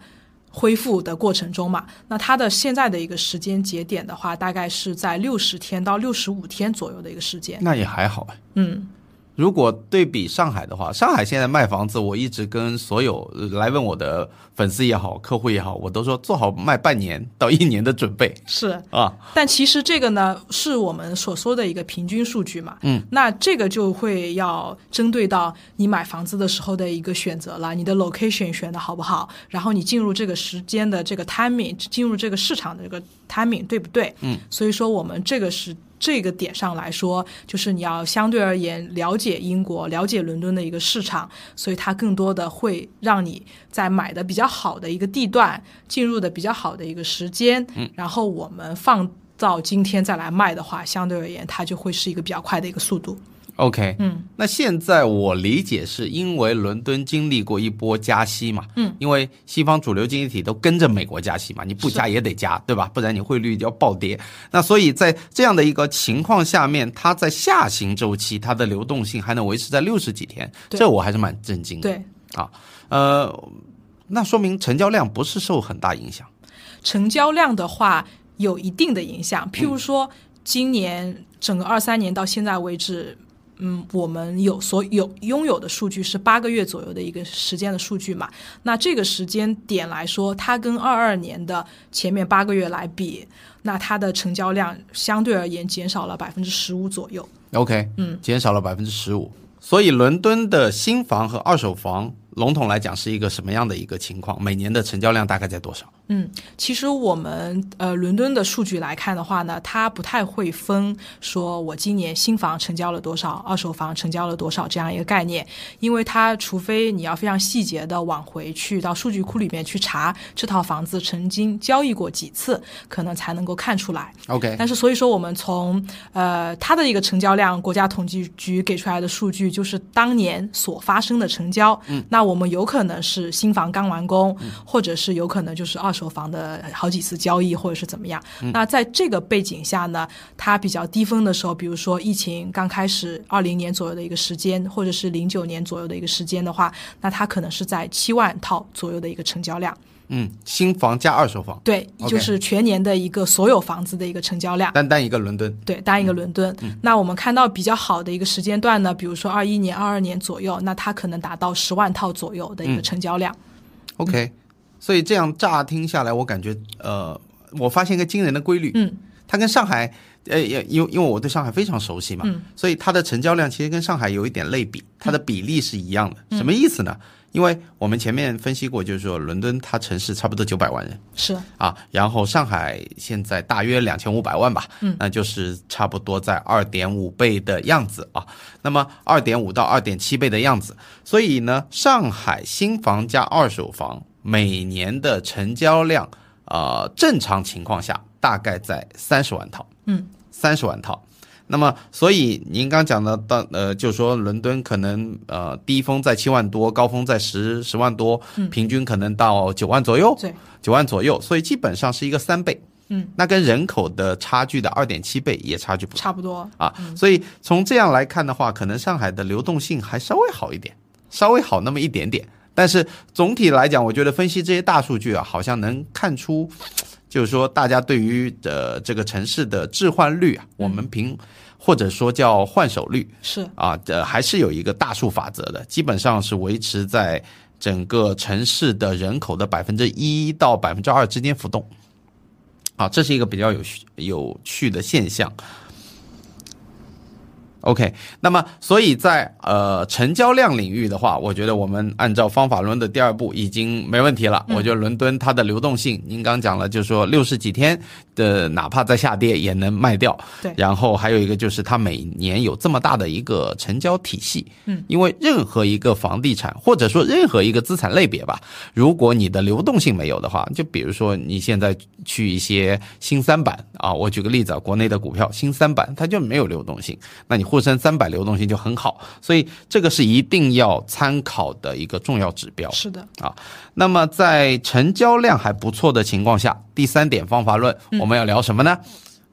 S1: 恢复的过程中嘛，那它的现在的一个时间节点的话，大概是在六十天到六十五天左右的一个时间。
S2: 那也还好哎。
S1: 嗯，
S2: 如果对比上海的话，上海现在卖房子，我一直跟所有呃来问我的粉丝也好、客户也好，我都说做好卖半年到一年的准备
S1: 是。
S2: 啊。
S1: 但其实这个呢，是我们所说的一个平均数据嘛。嗯，那这个就会要针对到你买房子的时候的一个选择了，你的 location 选的好不好，然后你进入这个时间的这个 timing，进入这个市场的这个 timing 对不对？嗯，所以说我们这个是。这个点上来说，就是你要相对而言了解英国、了解伦敦的一个市场，所以它更多的会让你在买的比较好的一个地段，进入的比较好的一个时间，然后我们放到今天再来卖的话，相对而言它就会是一个比较快的一个速度。
S2: OK，
S1: 嗯，
S2: 那现在我理解是因为伦敦经历过一波加息嘛，嗯，因为西方主流经济体都跟着美国加息嘛，你不加也得加，对吧？不然你汇率要暴跌。那所以在这样的一个情况下面，它在下行周期它的流动性还能维持在六十几天，
S1: 对
S2: 这我还是蛮震惊的。
S1: 对，
S2: 啊，呃，那说明成交量不是受很大影响。
S1: 成交量的话有一定的影响。譬如说，今年整个二三年到现在为止，嗯，我们有所有拥有的数据是八个月左右的一个时间的数据嘛。那这个时间点来说，它跟二二年的前面八个月来比，那它的成交量相对而言减少了百分之十五左右。
S2: OK，嗯，减少了百分之十五。所以伦敦的新房和二手房，笼统来讲是一个什么样的一个情况？每年的成交量大概在多少？
S1: 嗯，其实我们呃伦敦的数据来看的话呢，它不太会分说我今年新房成交了多少，二手房成交了多少这样一个概念，因为它除非你要非常细节的往回去到数据库里面去查这套房子曾经交易过几次，可能才能够看出来。
S2: OK，
S1: 但是所以说，我们从呃它的一个成交量，国家统计局给出来的数据就是当年所发生的成交。嗯，那我们有可能是新房刚完工，或者是有可能就是二手房的好几次交易，或者是怎么样。那在这个背景下呢，它比较低峰的时候，比如说疫情刚开始二零年左右的一个时间，或者是零九年左右的一个时间的话，那它可能是在七万套左右的一个成交量。
S2: 嗯，新房加二手房，
S1: 对，
S2: OK
S1: 就是全年的一个所有房子的一个成交量。
S2: 单单一个伦敦。
S1: 对，单一个伦敦。那我们看到比较好的一个时间段呢，比如说二一年、二二年左右，那它可能达到十万套左右的一个成交量。
S2: OK，、所以这样乍听下来，我感觉呃，我发现一个惊人的规律，
S1: 嗯，
S2: 它跟上海。呃，也因为因为我对上海非常熟悉嘛，所以它的成交量其实跟上海有一点类比，它的比例是一样的。什么意思呢？因为我们前面分析过，就是说伦敦它城市差不多九百万人，
S1: 是，
S2: 啊，然后上海现在大约两千五百万吧，嗯，那就是差不多在二点五倍的样子啊。那么二点五到二点七倍的样子，所以呢，上海新房加二手房每年的成交量，呃，正常情况下大概在三十万套，
S1: 嗯，
S2: 三十万套。那么，所以您刚讲的到呃，就是说伦敦可能呃低峰在七万多，高峰在十十万多，平均可能到九万左右。
S1: 对，
S2: 九万左右，所以基本上是一个三倍。
S1: 嗯，
S2: 那跟人口的差距的二点七倍也差距不大
S1: 差不多。
S2: 啊。所以从这样来看的话，可能上海的流动性还稍微好一点，稍微好那么一点点。但是总体来讲，我觉得分析这些大数据啊，好像能看出，就是说大家对于呃这个城市的置换率啊，我们平或者说叫换手率，
S1: 是，
S2: 啊，这还是有一个大数法则的，基本上是维持在整个城市的人口的百分之一到百分之二之间浮动。啊，这是一个比较有趣有趣的现象。 OK，那么所以在呃成交量领域的话，我觉得我们按照方法论的第二步已经没问题了。我觉得伦敦它的流动性，您刚讲了，就是说六十几天的，哪怕在下跌也能卖掉。
S1: 对
S2: 然后还有一个就是它每年有这么大的一个成交体系，嗯，因为任何一个房地产或者说任何一个资产类别吧，如果你的流动性没有的话，就比如说你现在去一些新三板啊，我举个例子啊，国内的股票新三板它就没有流动性，那你沪深三百流动性就很好，所以这个是一定要参考的一个重要指标。
S1: 是的，
S2: 那么在成交量还不错的情况下，第三点方法论，我们要聊什么呢？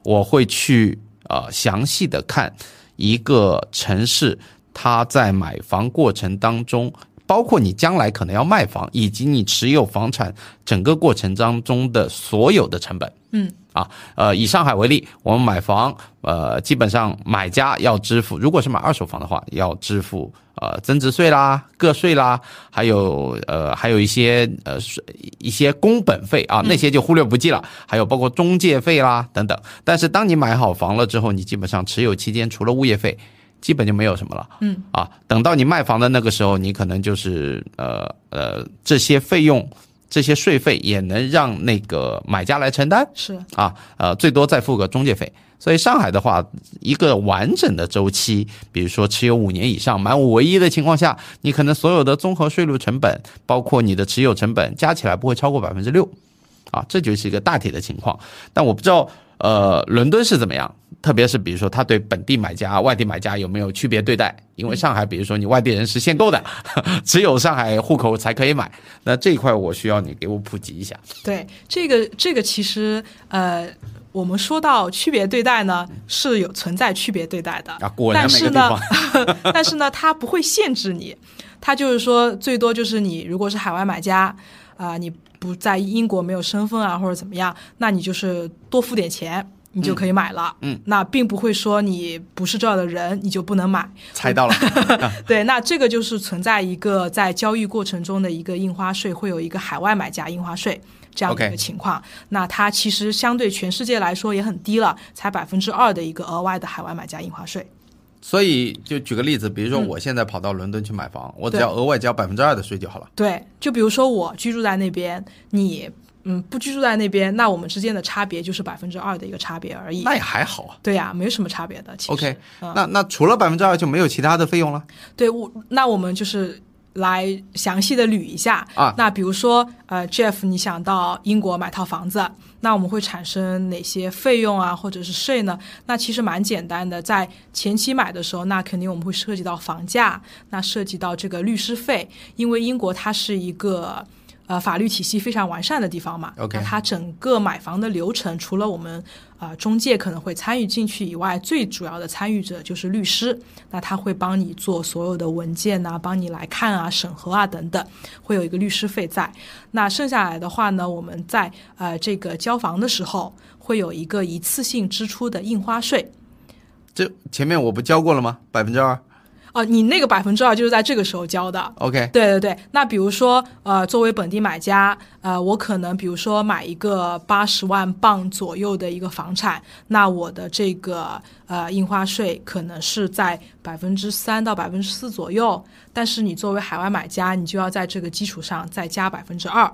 S2: 我会去呃详细的看一个城市它在买房过程当中，包括你将来可能要卖房，以及你持有房产整个过程当中的所有的成本。
S1: 嗯，
S2: 啊，呃，以上海为例，我们买房，呃，基本上买家要支付，如果是买二手房的话，要支付呃增值税啦、个税啦，还有呃还有一些呃税一些工本费啊，那些就忽略不计了，还有包括中介费啦等等。但是当你买好房了之后，你基本上持有期间除了物业费。基本就没有什么了，嗯啊，等到你卖房的那个时候，你可能就是呃呃这些费用、这些税费也能让那个买家来承担，
S1: 是
S2: 啊，呃，最多再付个中介费。所以上海的话，一个完整的周期，比如说持有五年以上，满五唯一的情况下，你可能所有的综合税率成本，包括你的持有成本，加起来不会超过百分之六，啊，这就是一个大体的情况。但我不知道，呃，伦敦是怎么样，特别是比如说他对本地买家、外地买家有没有区别对待？因为上海，比如说你外地人是限购的， 只有上海户口才可以买，那这一块我需要你给我普及一下。
S1: 对，这个这个其实呃，我们说到区别对待呢，是有存在区别对待的
S2: 啊果然
S1: 但
S2: 每个
S1: 是
S2: 地
S1: 呢， 但是呢，它不会限制你，它就是说最多就是你如果是海外买家啊、你不在英国没有身份啊或者怎么样，那你就是多付点钱。你就可以买了，嗯，那并不会说你不是这儿的人你就不能买，
S2: 猜到了。啊
S1: 对，那这个就是存在一个在交易过程中的一个印花税，会有一个海外买家印花税这样的一
S2: OK
S1: 个情况。那它其实相对全世界来说也很低了，才百分之二的一个额外的海外买家印花税。
S2: 所以就举个例子，比
S1: 嗯
S2: 如说我现在跑到伦敦去买房，我只要额外交百分之二的税就好了。
S1: 对，就比如说我居住在那边，你嗯不居住在那边，那我们之间的差别就是百分之二的一个差别而已。
S2: 那也还好啊。
S1: 对呀、没什么差别的。其实
S2: OK，、
S1: 嗯
S2: 那那除了百分之二就没有其他的费用了。
S1: 对，我那我们就是来详细的捋一下
S2: 啊
S1: 那比如说，呃，Jeff，你想到英国买套房子，那我们会产生哪些费用啊，或者是税呢？那其实蛮简单的，在前期买的时候，那肯定我们会涉及到房价，那涉及到这个律师费，因为英国它是一个。呃，法律体系非常完善的地方嘛
S2: OK
S1: 那它整个买房的流程，除了我们啊、呃中介可能会参与进去以外，最主要的参与者就是律师，那他会帮你做所有的文件呐、帮你来看啊、审核啊等等，会有一个律师费在。那剩下来的话呢，我们在呃这个交房的时候，会有一个一次性支出的印花税，
S2: 这前面我不交过了吗？百分之二。
S1: 哦、你那个百分之二就是在这个时候交的，
S2: OK，
S1: 对对对，那比如说，呃，作为本地买家，呃，我可能比如说买一个八十万镑左右的一个房产，那我的这个呃印花税可能是在百分之三到百分之四左右，但是你作为海外买家，你就要在这个基础上再加百分之二。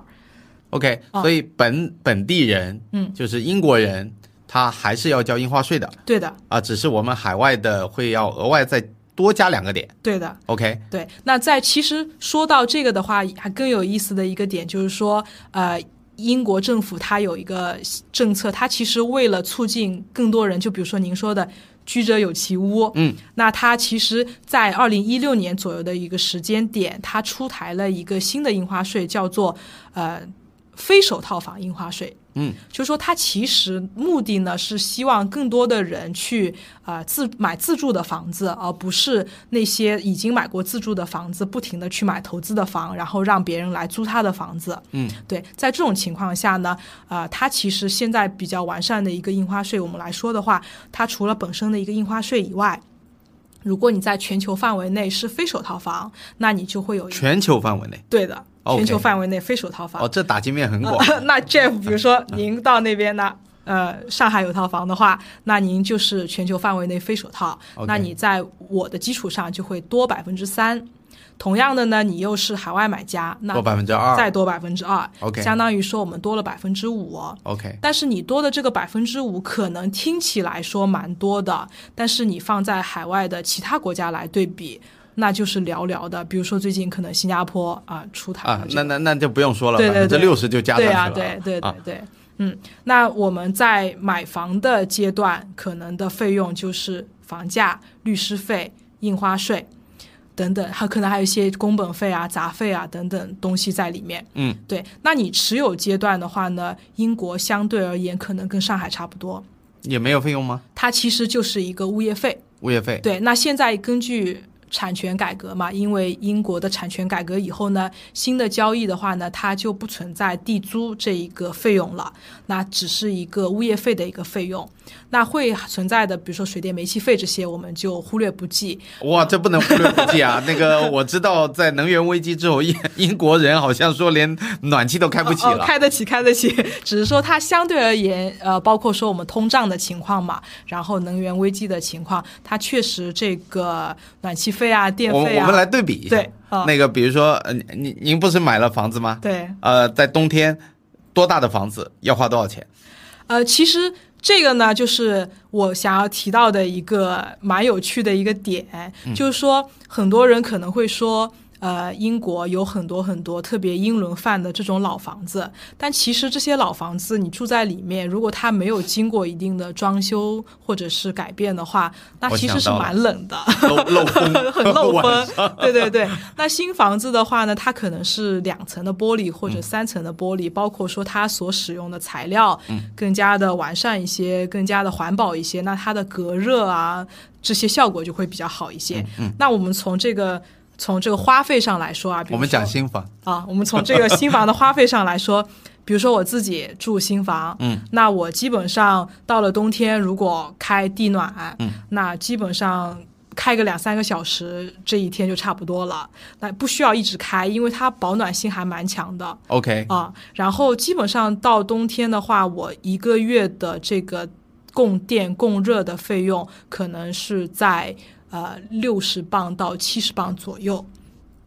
S2: OK，、
S1: 哦
S2: 所以本本地人，嗯，就是英国人，他还是要交印花税的
S1: 对的，
S2: 啊，只是我们海外的会要额外再多加两个点。
S1: 对的。
S2: OK，
S1: 对，那在其实说到这个的话，还更有意思的一个点就是说，呃，英国政府它有一个政策，它其实为了促进更多人，就比如说您说的“居者有其屋”，
S2: 嗯，
S1: 那它其实在二零一六年左右的一个时间点，它出台了一个新的印花税，叫做呃非首套房印花税。
S2: 嗯，
S1: 就是说它其实目的呢是希望更多的人去啊、呃自买自住的房子，而不是那些已经买过自住的房子，不停的去买投资的房，然后让别人来租他的房子。
S2: 嗯，
S1: 对，在这种情况下呢，啊，它其实现在比较完善的一个印花税，我们来说的话，它除了本身的一个印花税以外。如果你在全球范围内是非首套房，那你就会有一个
S2: 全球范围内。
S1: 对的
S2: OK
S1: 全球范围内非首套房。
S2: 哦，这打击面很广。
S1: 那 Jeff，比如说您到那边呢，呃上海有套房的话，那您就是全球范围内非首套
S2: OK
S1: 那你在我的基础上就会多百分之三。同样的呢，你又是海外买家， 那
S2: 多百分之二
S1: 再多百分之二
S2: OK
S1: 相当于说我们多了百分之五。哦
S2: OK，
S1: 但是你多的这个百分之五，可能听起来说蛮多的，但是你放在海外的其他国家来对比，那就是寥寥的。比如说最近可能新加坡啊、出台
S2: 啊
S1: 了，这
S2: 那
S1: 个
S2: 那那就不用说了，
S1: 对
S2: 百
S1: 对
S2: 分之
S1: 对
S2: 六十就加上
S1: 对
S2: 去了
S1: 啊，
S2: 啊，
S1: 对对对
S2: 啊
S1: 对。嗯，那我们在买房的阶段，可能的费用就是房价、律师费、印花税等等，还可能还有一些工本费啊、杂费啊等等东西在里面。
S2: 嗯，
S1: 对，那你持有阶段的话呢，英国相对而言可能跟上海差不多，
S2: 也没有费用吗？
S1: 它其实就是一个物业费。
S2: 物业费，
S1: 对，那现在根据产权改革嘛，因为英国的产权改革以后呢，新的交易的话呢，它就不存在地租这一个费用了，那只是一个物业费的一个费用。那会存在的，比如说水电煤气费这些，我们就忽略不计。
S2: 哇，这不能忽略不 计啊！那个我知道，在能源危机之后，英英国人好像说连暖气都开不起
S1: 哦
S2: 了
S1: 哦，。开得起，开得起。 只是说它相对而言，呃，包括说我们通胀的情况嘛，然后能源危机的情况，它确实这个暖气费啊、电
S2: 我
S1: 费
S2: 我
S1: 啊，
S2: 们来对比一下，
S1: 对啊
S2: 那个比如说，呃，您您您不是买了房子吗？
S1: 对，
S2: 呃，在冬天多大的房子要花多少钱？
S1: 呃，其实这个呢，就是我想要提到的一个蛮有趣的一个点，
S2: 嗯
S1: 就是说很多人可能会说。呃，英国有很多很多特别英伦范的这种老房子，但其实这些老房子你住在里面，如果它没有经过一定的装修或者是改变的话，那
S2: 我
S1: 其实
S2: 想
S1: 是
S2: 到了
S1: 蛮冷的。
S2: 漏 漏风，
S1: 很漏
S2: 晚
S1: 风，对对对。那新房子的话呢，它可能是两层的玻璃或者三层的玻璃，包括说它所使用的材料
S2: 嗯
S1: 更加的完善一些，更加的环保一些，那它的隔热啊这些效果就会比较好一些。
S2: 嗯
S1: 那我们从这个从这个花费上来说啊，比如
S2: 我们讲
S1: 说
S2: 新房，
S1: 啊，我们从这个新房的花费上来说， 比如说我自己住新房，
S2: 嗯，
S1: 那我基本上到了冬天，如果开地暖，
S2: 嗯，
S1: 那基本上。开个两三个小时，这一天就差不多了。那不需要一直开，因为它保暖性还蛮强的
S2: OK，
S1: 啊。然后基本上到冬天的话，我一个月的这个供电供热的费用可能是在呃六十磅到七十磅左右。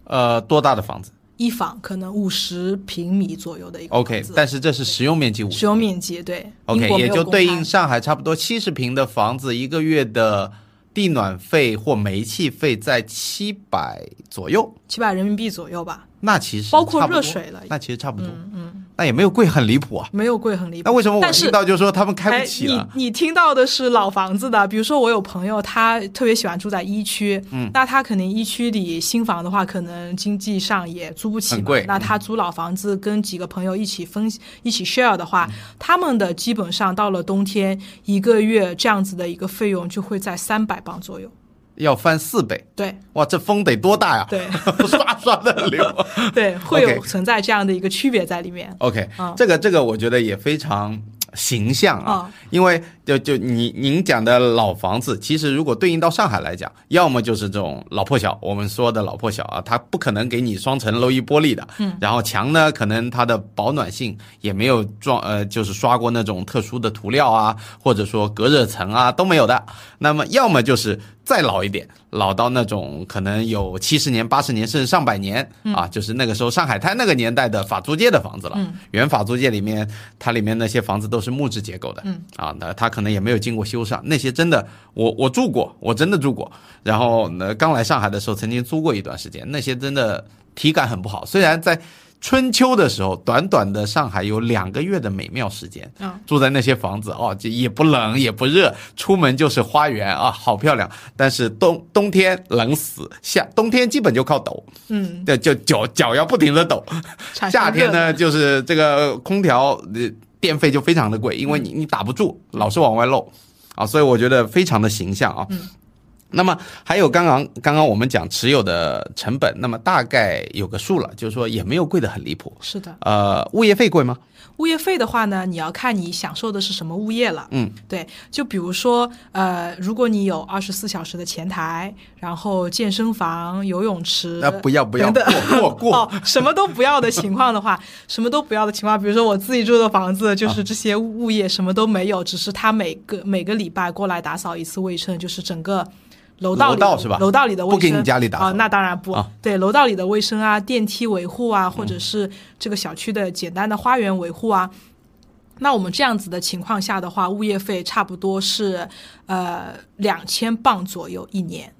S2: 呃，多大的房子
S1: 一房可能五十平米左右的一个
S2: ？OK，
S1: 房子
S2: 但是这是实用面积五
S1: 使用面积对英
S2: OK，
S1: 国没
S2: 也
S1: 有
S2: 就
S1: 公
S2: 对
S1: 开
S2: 应上海差不多七十平的房子，一个月的地暖费或煤气费在七百左右，
S1: 七百人民币左右吧，
S2: 那其实
S1: 包括
S2: 差不
S1: 热
S2: 多
S1: 水了
S2: 那其实差不多，嗯，那也没有贵很离谱啊。
S1: 没有贵很离
S2: 那
S1: 谱。
S2: 为什么我
S1: 但是
S2: 听到就说他们开
S1: 哎
S2: 不起了？
S1: 你你听到的是老房子的，比如说我有朋友，他特别喜欢住在一区，嗯，那他肯定一区里新房的话，可能经济上也租不起
S2: 很
S1: 嘛
S2: 贵嗯
S1: 那他租老房子跟几个朋友一起分一起 share 的话，
S2: 嗯
S1: 他们的基本上到了冬天一个月这样子的一个费用就会在三百磅左右。
S2: 要翻四倍，
S1: 对
S2: 哇，这风得多大呀！
S1: 对，
S2: 刷刷的流。
S1: 对，会
S2: OK
S1: 有存在这样的一个区别在里面。
S2: OK，、
S1: 嗯
S2: 这个这个我觉得也非常形象啊，
S1: 嗯
S2: 因为就就你您讲的老房子，其实如果对应到上海来讲，要么就是这种老破小，我们说的老破小啊，它不可能给你双层楼一玻璃的，嗯，然后墙呢，可能它的保暖性也没有装呃，就是刷过那种特殊的涂料啊，或者说隔热层啊都没有的，那么要么就是再老一点，老到那种可能有七十年、八十年甚至上百年、啊，就是那个时候上海滩那个年代的法租界的房子了。原法租界里面，它里面那些房子都是木质结构的，嗯、啊，那它可能也没有经过修缮，那些真的我我住过，我真的住过。然后呢，刚来上海的时候曾经租过一段时间，那些真的体感很不好。虽然在春秋的时候，短短的上海有两个月的美妙时间，
S1: 嗯，
S2: 住在那些房子哦，这也不冷也不热，出门就是花园啊，好漂亮。但是冬冬天冷死，夏冬天基本就靠抖，
S1: 嗯，
S2: 对，就脚脚要不停的抖。
S1: 产生
S2: 夏天
S1: 热
S2: 呢，就是这个空调呃电费就非常的
S1: 嗯嗯
S2: 贵，因为你你打不住，老是往外漏啊，所以我觉得非常的形象啊。那么还有刚刚刚刚我们讲持有的成本，那么大概有个数了，就是说也没有贵得很离谱。
S1: 是的，
S2: 呃，物业费贵吗？
S1: 物业费的话呢，你要看你享受的是什么物业了。
S2: 嗯，
S1: 对，就比如说，呃，如果你有二十四小时的前台，然后健身房、游泳池，
S2: 那呃不要不要
S1: 等等
S2: 过过过
S1: 哦，什么都不要的情况的 话，什么都不要的情况，比如说我自己住的房子，就是这些物业什么都没有，只是他每个每个礼拜过来打扫一次卫生，就是整个。楼道里
S2: 楼道是吧
S1: 楼道里的卫生
S2: 不给你家里打扫
S1: 啊、那当然不、
S2: 啊嗯
S1: 对，楼道里的卫生啊、电梯维护啊，或者是这个小区的简单的花园维护啊。那我们这样子的情况下的话，物业费差不多是呃两千磅左右一年，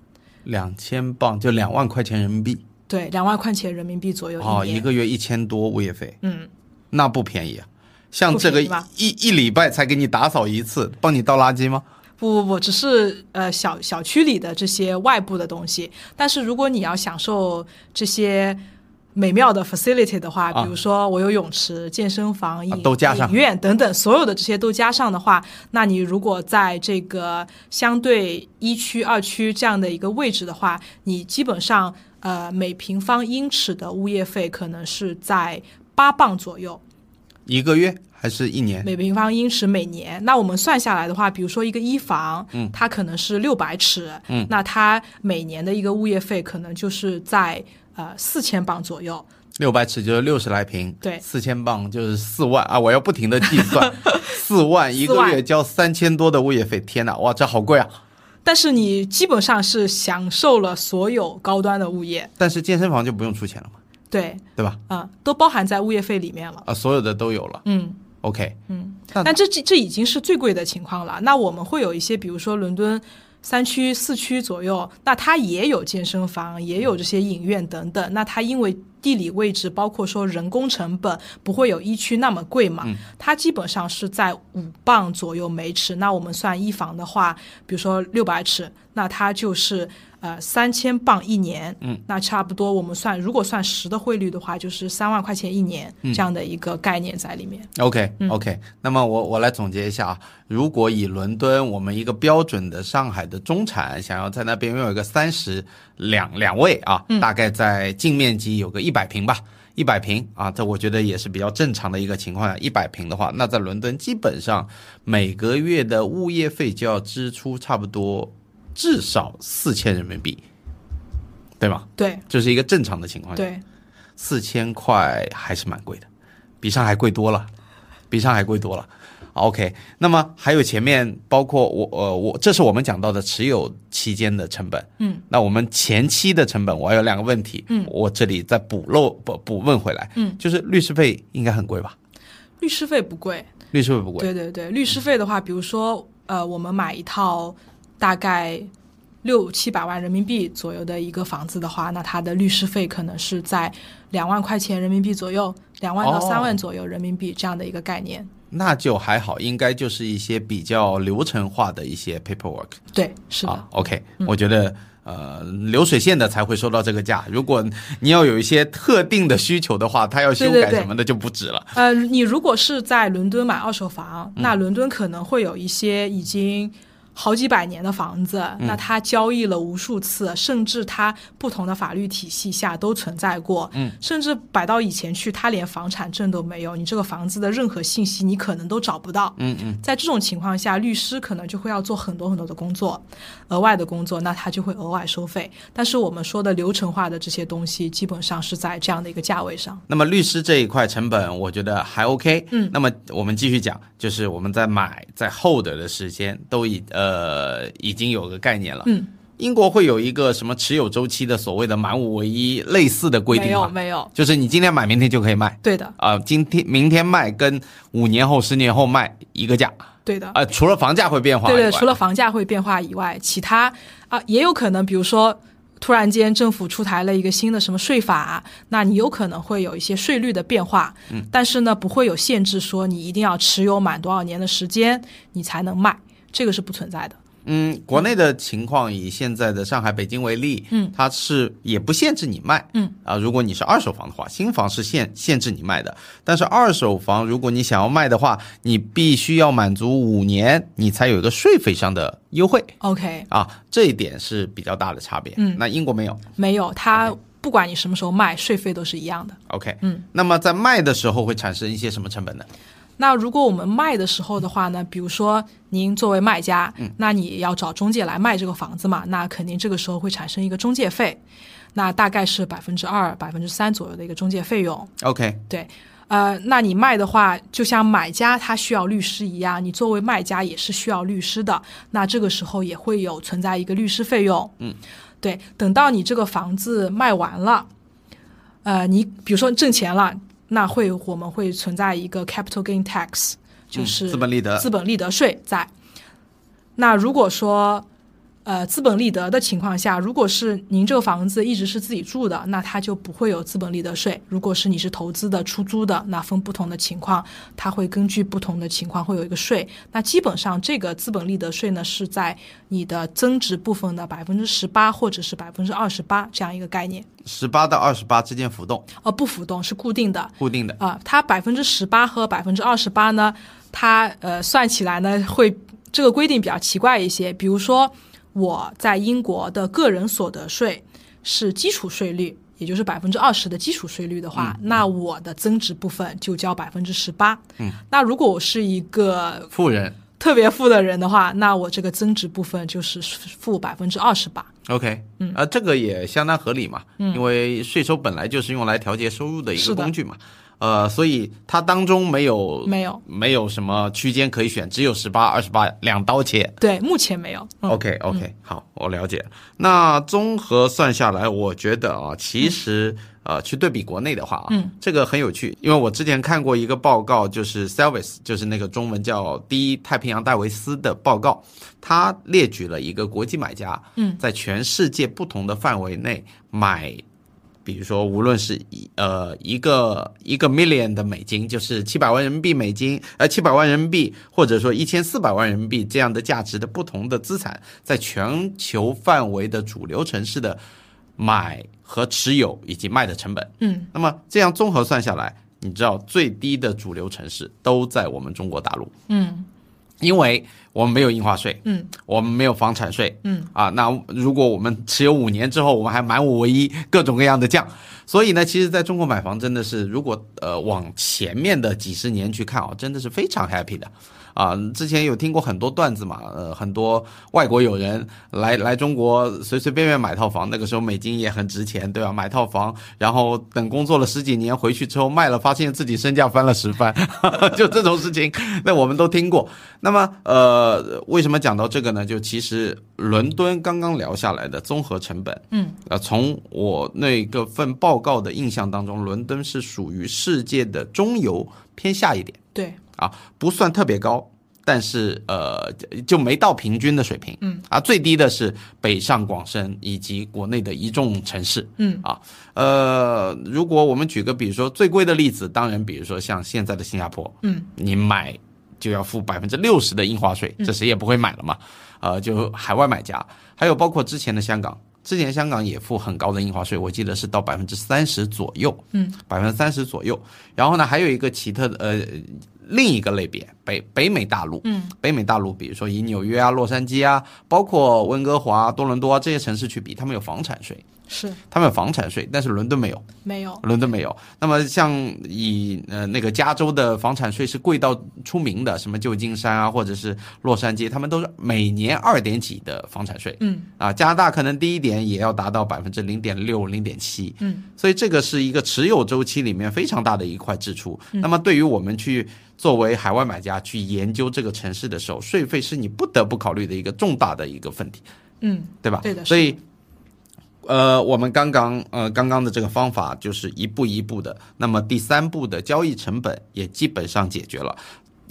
S2: 两千镑就两万块钱人民币
S1: 对，两万块钱人民币左右
S2: 哦，
S1: 年。
S2: 一个月一千多物业费，
S1: 嗯，
S2: 那不便宜啊。像这
S1: 不
S2: 个
S1: 便宜吧
S2: 一一礼拜才给你打扫一次，帮你倒垃圾吗？
S1: 不不不，只是呃小小区里的这些外部的东西。但是如果你要享受这些美妙的 facility 的话，
S2: 啊
S1: 比如说我有泳池、健身房、影、
S2: 都加上
S1: 影院等等，所有的这些都加上的话，那你如果在这个相对一区、二区这样的一个位置的话，你基本上呃每平方英尺的物业费可能是在八磅左右。
S2: 一个月还是一年？
S1: 每平方英尺每年。那我们算下来的话，比如说一个一房，嗯，它可能是六百尺，嗯，那它每年的一个物业费可能就是在呃四千磅左右。
S2: 六百尺就是六十来平，
S1: 对
S2: 四千镑就是四万啊！我要不停的计 算，四万一个
S1: 4
S2: 月
S1: 万
S2: 交三千多的物业费，天哪，哇，这好贵啊！
S1: 但是你基本上是享受了所有高端的物业，
S2: 但是健身房就不用出钱了嘛，
S1: 对，
S2: 对吧？
S1: 啊、都包含在物业费里面了。
S2: 啊，所有的都有了
S1: 嗯，
S2: ，OK，嗯，
S1: 但这这这已经是最贵的情况了。那我们会有一些，比如说伦敦三区、四区左右，那它也有健身房，也有这些影院等等。那它因为地理位置，包括说人工成本，不会有一区那么贵嘛？它基本上是在五磅左右每尺。那我们算一房的话，比如说六百尺，那它就是。呃，三千磅一年，嗯，那差不多我们算，如果算十的汇率的话，就是三万块钱一年、这样的一个概念在里面。
S2: OK OK，、那么我我来总结一下啊，如果以伦敦我们一个标准的上海的中产，想要在那边拥有一个三室两两卫啊，大概在净面积有个一百平吧。一百平啊，这我觉得也是比较正常的一个情况下。啊一百平的话，那在伦敦基本上每个月的物业费就要支出差不多至少四千人民币，对吗？
S1: 对
S2: 这、是一个正常的情况下。
S1: 对，
S2: 四千块还是蛮贵的，比上海贵多了，比上海贵多了。OK，那么还有前面包括我呃我这是我们讲到的持有期间的成本，嗯，那我们前期的成本，我还有两个问题，嗯，我这里再补漏补补问回来，嗯，就是律师费应该很贵吧？
S1: 律师费不贵，
S2: 律师费不贵，
S1: 对对对，律师费的话，比如说呃，我们买一套大概六七百万人民币左右的一个房子的话，那它的律师费可能是在两万块钱人民币左右，两万到
S2: 哦
S1: 三万左右人民币这样的一个概念。
S2: 那就还好，应该就是一些比较流程化的一些 paperwork，
S1: 对，是的，嗯
S2: 啊，OK，、我觉得呃，流水线的才会收到这个价。如果你要有一些特定的需求的话，它要修
S1: 对对
S2: 改
S1: 对
S2: 什么的就不止了。
S1: 呃，你如果是在伦敦买二手房，那伦敦可能会有一些已经好几百年的房子，那它交易了无数次，甚至它不同的法律体系下都存在过。嗯，甚至摆到以前去，它连房产证都没有，你这个房子的任何信息你可能都找不到。嗯嗯，在这种情况下，律师可能就会要做很多很多的工作，额外的工作，那他就会额外收费。但是我们说的流程化的这些东西，基本上是在这样的一个价位上。
S2: 那么律师这一块成本，我觉得还 OK。嗯，那么我们继续讲，就是我们在买在 hold 的时间都已呃已经有个概念了。嗯，英国会有一个什么持有周期的所谓的满五为一类似的规
S1: 没
S2: 定
S1: 有
S2: 吗？
S1: 没有，
S2: 就是你今天买，明天就可以卖。
S1: 对的。
S2: 啊、今天、明天卖跟五年后、十年后卖一个价，
S1: 对的，
S2: 啊，除了房价会变化以
S1: 对
S2: 外，
S1: 对，除了房价会变化以外，其他啊、也有可能，比如说突然间政府出台了一个新的什么税法，啊那你有可能会有一些税率的变化，嗯，但是呢，不会有限制说你一定要持有满多少年的时间你才能卖，这个是不存在的。
S2: 嗯，国内的情况以现在的上海、北京为例，
S1: 嗯，
S2: 它是也不限制你卖，
S1: 嗯
S2: 啊、如果你是二手房的话，新房是限限制你卖的，但是二手房如果你想要卖的话，你必须要满足五年，你才有一个税费上的优惠
S1: OK，
S2: 啊，这一点是比较大的差别。
S1: 嗯
S2: 那英国没有。
S1: 没有，它不管你什么时候卖，税费都是一样的。
S2: OK，
S1: 嗯，
S2: 那么在卖的时候会产生一些什么成本呢？
S1: 那如果我们卖的时候的话呢，比如说您作为卖家，那你要找中介来卖这个房子嘛，那肯定这个时候会产生一个中介费，那大概是百分之二、百分之三左右的一个中介费用。
S2: OK，
S1: 对，呃，那你卖的话，就像买家他需要律师一样，你作为卖家也是需要律师的。那这个时候也会有存在一个律师费用。嗯，对，等到你这个房子卖完了，呃，你比如说挣钱了，那会我们会存在一个 capital gain tax，就是、
S2: 嗯资本利得
S1: 资本利得税在。那如果说呃资本利得的情况下，如果是您这个房子一直是自己住的，那它就不会有资本利得税；如果是你是投资的、出租的，那分不同的情况，它会根据不同的情况会有一个税。那基本上这个资本利得税呢是在你的增值部分的百分之十八或者是百分之二十八这样一个概念，
S2: 十八到二十八之间浮动，
S1: 呃，不浮动是固定的。
S2: 固定的。
S1: 啊、它百分之十八和百分之二十八呢，它呃算起来呢会这个规定比较奇怪一些。比如说我在英国的个人所得税是基础税率，也就是百分之二十的基础税率的话，那我的增值部分就交百分之十八。嗯，那如果我是一个
S2: 富人
S1: 特别富的人的话，那我这个增值部分就是负百分之二十八。
S2: ，OK，嗯，啊，这个也相当合理嘛，因为税收本来就是用来调节收入的一
S1: 嗯是
S2: 个
S1: 的
S2: 工具嘛，呃，所以它当中没有
S1: 没有
S2: 没有什么区间可以选，只有十八、二十八两刀切。
S1: 对，目前没有。嗯
S2: OK OK，、好，我了解了。那综合算下来，我觉得啊，其
S1: 嗯
S2: 实、呃，去对比国内的话啊，嗯，这个很有趣，因为我之前看过一个报告，就是 Service，就是那个中文叫第一太平洋戴维斯的报告，它列举了一个国际买家，
S1: 嗯，
S2: 在全世界不同的范围内买。比如说，无论是一呃一个一个 million 的美金，就是七百万人民币美金，呃七百万人民币，或者说一千四百万人民币这样的价值的不同的资产，在全球范围的主流城市的买和持有以及卖的成本。
S1: 嗯，
S2: 那么这样综合算下来，你知道最低的主流城市都在我们中国大陆，
S1: 嗯
S2: 因为我们没有印花税，
S1: 嗯，
S2: 我们没有房产税，
S1: 嗯
S2: 啊，那如果我们持有五年之后，我们还满五唯一，各种各样的降。所以呢，其实在中国买房真的是，如果呃往前面的几十年去看啊，真的是非常 happy 的。啊，之前有听过很多段子嘛，呃，很多外国友人来来中国随随便便买套房，那个时候美金也很值钱，对吧？买套房，然后等工作了十几年回去之后卖了，发现自己身价翻了十番， 就这种事情，那我们都听过。那么，呃，为什么讲到这个呢？就其实伦敦刚刚聊下来的综合成本，
S1: 嗯，
S2: 呃，从我那个份报告的印象当中，伦敦是属于世界的中游偏下一点。
S1: 对，
S2: 啊，不算特别高，但是呃就没到平均的水平。嗯，啊，最低的是北上广深以及国内的一众城市。
S1: 嗯，
S2: 啊，呃，如果我们举个比如说最贵的例子，当然比如说像现在的新加坡，
S1: 嗯，
S2: 你买就要付百分之六十的印花税，这谁也不会买了嘛。呃，就海外买家，还有包括之前的香港。之前香港也付很高的印花税，我记得是到百分之三十左右，
S1: 嗯，
S2: 百分之三十左右。然后呢，还有一个奇特的呃另一个类别，北北美大陆，
S1: 嗯，
S2: 北美大陆，比如说以纽约啊、洛杉矶啊，包括温哥华、多伦多、啊、这些城市去比，他们有房产税，
S1: 是
S2: 他们有房产税，但是伦敦没有，
S1: 没有。
S2: 伦敦没有。那么像以呃那个加州的房产税是贵到出名的，什么旧金山啊，或者是洛杉矶，他们都是每年二点几的房产税，
S1: 嗯
S2: 啊，加拿大可能低一点也要达到百分之零点六、零点七，
S1: 嗯，
S2: 所以这个是一个持有周期里面非常大的一块支出。那么对于我们去作为海外买家去研究这个城市的时候，税费是你不得不考虑的一个重大的一个问题，
S1: 嗯，
S2: 对吧？
S1: 对的
S2: 所以。呃，我们刚刚呃刚刚的这个方法就是一步一步的，那么第三步的交易成本也基本上解决了。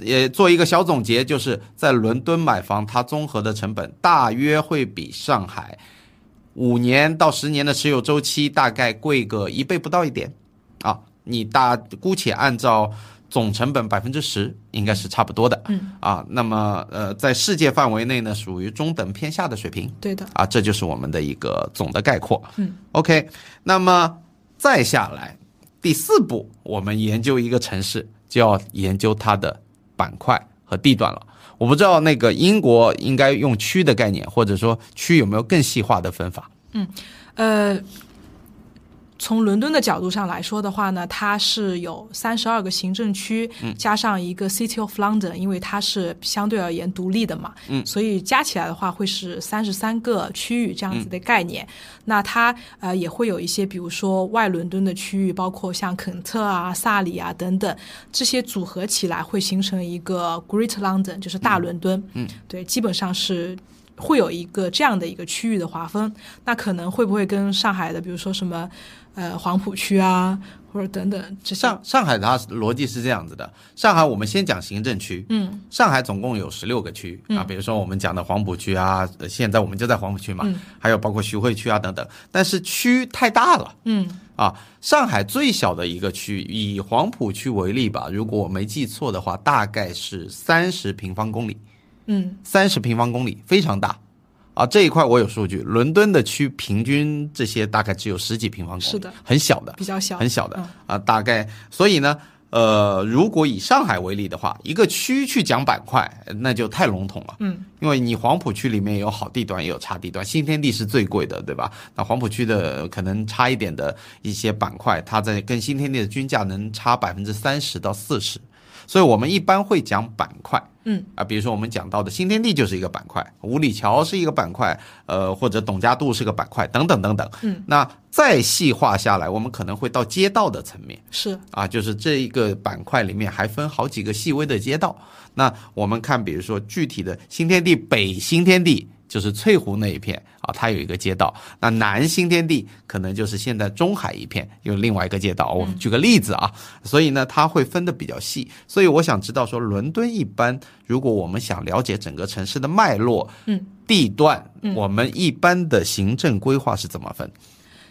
S2: 也做一个小总结，就是在伦敦买房，它综合的成本大约会比上海五年到十年的持有周期大概贵个一倍不到一点啊。你大姑且按照总成本百分之十应该是差不多的，
S1: 嗯
S2: 啊，那么呃，在世界范围内呢，属于中等偏下的水平
S1: 对的，
S2: 啊，这就是我们的一个总的概括。
S1: 嗯
S2: ，OK，那么再下来第四步，我们研究一个城市就要研究它的板块和地段了。我不知道那个英国应该用区的概念，或者说区有没有更细化的分法？
S1: 呃，从伦敦的角度上来说的话呢，它是有三十二个行政区，
S2: 嗯
S1: 加上一个 City of London，因为它是相对而言独立的嘛，
S2: 嗯
S1: 所以加起来的话会是三十三个区域这样
S2: 嗯
S1: 子的概念。那它呃也会有一些，比如说外伦敦的区域，包括像肯特啊、萨里啊等等，这些组合起来会形成一个 Great London，就是大伦敦。
S2: 嗯
S1: 对，基本上是会有一个这样的一个区域的划分。那可能会不会跟上海的，比如说什么呃黄浦区啊，或者等等这些？
S2: 上上海它逻辑是这样子的，上海我们先讲行政区，
S1: 嗯
S2: 上海总共有十六个区啊，比如说我们讲的黄浦区啊，呃现在我们就在黄浦区嘛，
S1: 嗯
S2: 还有包括徐汇区啊等等。但是区太大了
S1: 嗯
S2: 啊，上海最小的一个区，以黄浦区为例吧，如果我没记错的话，大概是三十平方公里，
S1: 嗯
S2: 三十平方公里非常大。啊，这一块我有数据，伦敦的区平均这些大概只有十几平方公里，
S1: 是的，
S2: 很小的。
S1: 比较小，
S2: 呃很小的
S1: 嗯
S2: 啊，大概。所以呢，呃，如果以上海为例的话，一个区去讲板块，那就太笼统了。
S1: 嗯，
S2: 因为你黄浦区里面有好地段，也有差地段，新天地是最贵的，对吧？那黄浦区的呃可能差一点的一些板块，它在跟新天地的均价能差百分之三十到四十，所以我们一般会讲板块。
S1: 嗯
S2: 啊，比如说我们讲到的新天地就是一个板块，五里桥是一个板块，呃，或者董家渡是个板块，等等等等。
S1: 嗯，
S2: 那再细化下来，我们可能会到街道的层面
S1: 是
S2: 啊，就是这一个板块里面还分好几个细微的街道。那我们看，比如说具体的新天地北新天地。就是翠湖那一片啊，它有一个街道。那南新天地可能就是现在中海一片有另外一个街道。我们
S1: 嗯
S2: 举个例子啊，所以呢，它会分得比较细。所以我想知道说，伦敦一般如果我们想了解整个城市的脉络，
S1: 嗯，
S2: 地段，
S1: 嗯
S2: 我们一般的行政规划是怎么分？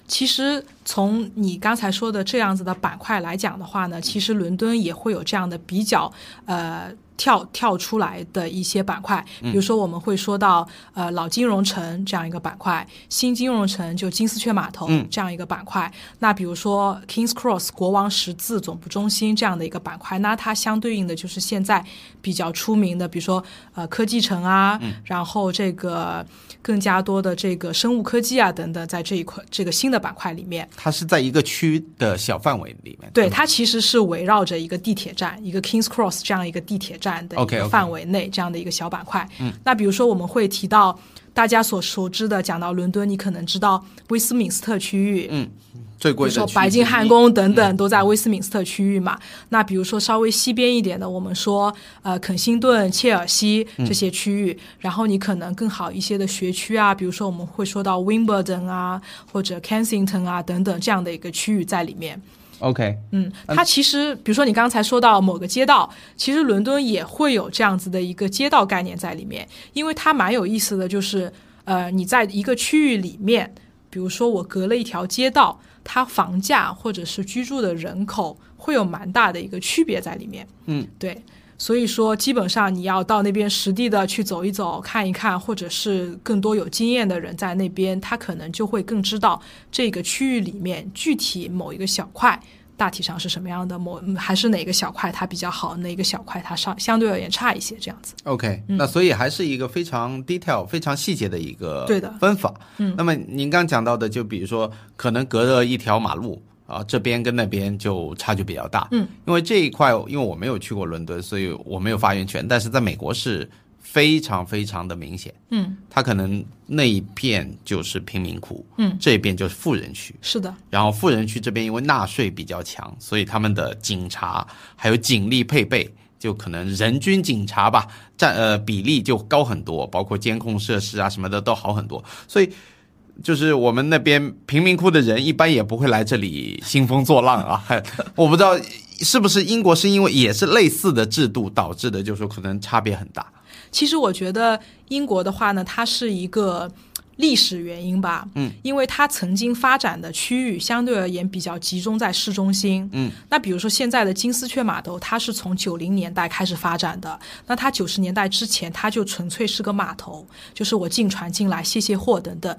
S1: 其实从你刚才说的这样子的板块来讲的话呢，其实伦敦也会有这样的比较呃跳跳出来的一些板块，比如说我们会说到呃老金融城这样一个板块，新金融城就金丝雀码头
S2: 嗯
S1: 这样一个板块，那比如说 Kings Cross 国王十字总部中心这样的一个板块，那它相对应的就是现在比较出名的，比如说呃科技城啊，然后这个更加多的这个生物科技啊等等，在这一块这个新的板块里面，
S2: 它是在一个区的小范围里面。
S1: 对
S2: 吧
S1: 它其实是围绕着一个地铁站，一个 Kings Cross 这样一个地铁站的一
S2: OK，OK
S1: 个范围内这样的一个小板块。嗯，那比如说我们会提到大家所熟知的，讲到伦敦，你可能知道威斯敏斯特区域，
S2: 嗯，最
S1: 比
S2: 贵
S1: 如
S2: 的
S1: 说
S2: 区嗯
S1: 白金
S2: 之一
S1: 汉。宫等等都在威斯敏斯特区域嘛。那比如说稍微西边一点的，我们说呃肯辛顿、切尔西
S2: 嗯
S1: 这些区域，然后你可能更好一些的学区啊，比如说我们会说到 Wimbledon 啊，或者 Kensington 啊等等这样的一个区域在里面。
S2: OK，
S1: 嗯，它其实比如说你刚才说到某个街道，其实伦敦也会有这样子的一个街道概念在里面，因为它蛮有意思的，就是呃你在一个区域里面，比如说我隔了一条街道，它房价或者是居住的人口会有蛮大的一个区别在里面。
S2: 嗯，
S1: 对。所以说，基本上你要到那边实地的去走一走、看一看，或者是更多有经验的人在那边，他可能就会更知道这个区域里面具体某一个小块大体上是什么样的，某嗯还是哪个小块它比较好，哪个小块它上相对而言差一些，这样子。
S2: OK，、那
S1: 嗯
S2: 所以还是一个非常 detail、非常细节的一个
S1: 对的
S2: 分法。嗯，那么您刚讲到的，就比如说可能隔着一条马路啊，这边跟那边就差距比较大。
S1: 嗯，
S2: 因为这一块，因为我没有去过伦敦，所以我没有发言权，但是在美国是非常非常的明显，
S1: 嗯
S2: 它可能那一片就是贫民窟，
S1: 嗯，
S2: 这一片就是富人区。
S1: 是的，
S2: 然后富人区这边因为纳税比较强，所以他们的警察还有警力配备，就可能人均警察吧占呃比例就高很多，包括监控设施啊什么的都好很多。所以就是我们那边贫民窟的人一般也不会来这里兴风作浪啊。 我不知道是不是英国是因为也是类似的制度导致的，就是说可能差别很大。
S1: 其实我觉得英国的话呢，它是一个历史原因吧，
S2: 嗯，
S1: 因为它曾经发展的区域相对而言比较集中在市中心，
S2: 嗯，
S1: 那比如说现在的金丝雀码头，它是从九零年代开始发展的，那它九十年代之前，它就纯粹是个码头，就是我进船进来卸卸货等等。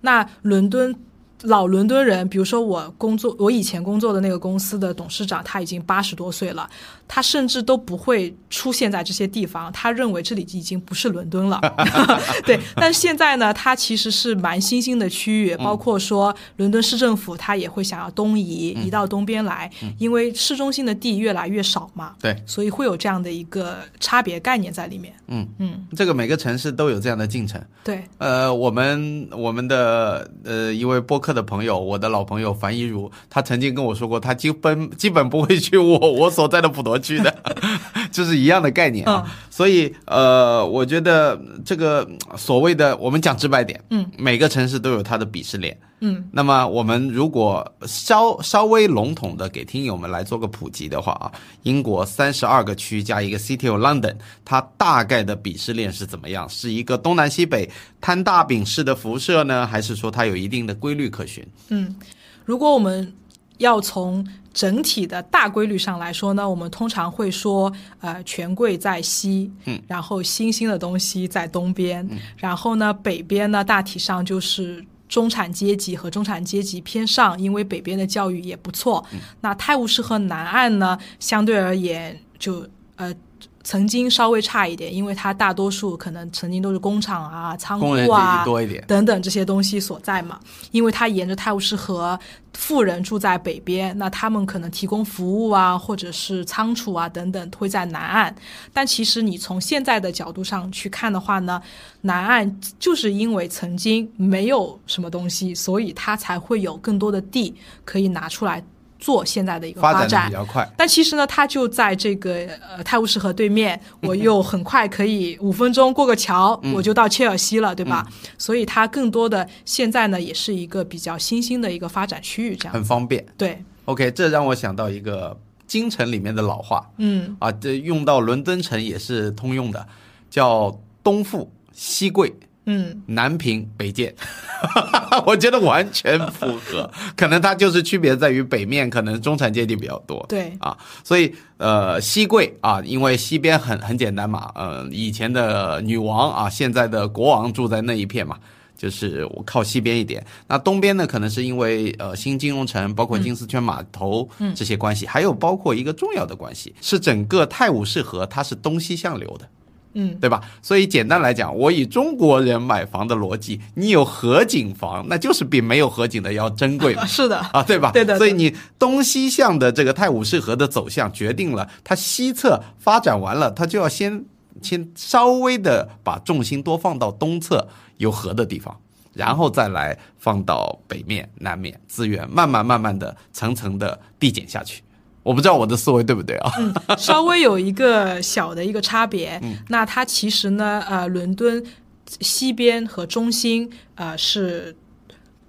S1: 那伦敦老伦敦人，比如说我工作，我以前工作的那个公司的董事长，他已经八十多岁了，他甚至都不会出现在这些地方，他认为这里已经不是伦敦了。 对，但是现在呢，它其实是蛮新兴的区
S2: 嗯
S1: 域，包括说伦敦市政府，它也会想要东移，
S2: 嗯
S1: 移到东边来，因为市中心的地越来越少嘛，
S2: 对，
S1: 所以会有这样的一个差别概念在里面。
S2: 嗯
S1: 嗯，
S2: 这个每个城市都有这样的进程。
S1: 对，
S2: 呃，我们我们的呃一位播客的朋友，我的老朋友樊一茹，他曾经跟我说过，他基本基本不会去我我所在的普陀区的， 就是一样的概念啊。所以呃，我觉得这个嗯所谓的我们讲直白点，
S1: 嗯，
S2: 每个城市都有它的鄙视链。
S1: 嗯。
S2: 那么我们如果稍稍微笼统的给听友们来做个普及的话啊，英国三十二个区加一个 City of London，它大概的鄙视链是怎么样？是一个东南西北摊大饼式的辐射呢，还是说它有一定的规律可循？
S1: 嗯，如果我们要从整体的大规律上来说呢，我们通常会说，呃，权贵在西，
S2: 嗯，
S1: 然后新兴的东西在东边，然后呢，北边呢大体上就是。中产阶级和中产阶级偏上，因为北边的教育也不错。
S2: 嗯
S1: 那泰晤士河南岸呢，相对而言就呃曾经稍微差一点，因为它大多数可能曾经都是工厂啊、仓
S2: 工人
S1: 库
S2: 阶
S1: 啊
S2: 级多一点，
S1: 等等这些东西所在嘛，因为它沿着泰晤士河，富人住在北边，那他们可能提供服务啊，或者是仓储啊等等会在南岸。但其实你从现在的角度上去看的话呢，南岸就是因为曾经没有什么东西，所以它才会有更多的地可以拿出来做现在的一个
S2: 发
S1: 发
S2: 展的
S1: 展
S2: 比。较快。
S1: 但其实呢，它就在这个呃泰晤士河对 面，我又很快可以五分钟过个桥，
S2: 嗯
S1: 我就到切尔西了，对吧？所以它更多的现在呢，也是一个比较新兴的一个发展区域，这样
S2: 很方便。
S1: 对，
S2: OK，这让我想到一个京城里面的老话
S1: 嗯
S2: 啊，这用到伦敦城也是通用的，叫东富西贵。
S1: 嗯，
S2: 南平北建， 我觉得完全符合。可能它就是区别在于北面可能中产阶级比较多，
S1: 对，
S2: 啊，所以呃西贵啊，因为西边很很简单嘛，呃以前的女王啊，现在的国王住在那一片嘛。就是我靠西边一点，那东边呢？可能是因为呃新金融城，包括
S1: 嗯
S2: 金丝雀码头这些关系，还有包括一个重要的关系是整个泰晤士河它是东西向流的，
S1: 嗯，
S2: 对吧？所以简单来讲，我以中国人买房的逻辑，你有合景房，那就是比没有合景的要珍贵嘛
S1: 是的，
S2: 啊，对吧？
S1: 对的
S2: 所以你东西向的这个泰晤士河的走向，决定了它西侧发展完了，它就要先先稍微的把重心多放到东侧有河的地方。然后再来放到北面、南面，资源慢慢慢慢的、层层的递减下去。我不知道我的思维对不对啊？
S1: 稍微有一个小的一个差别。
S2: 嗯
S1: 那它其实呢，呃，伦敦西边和中心，呃，是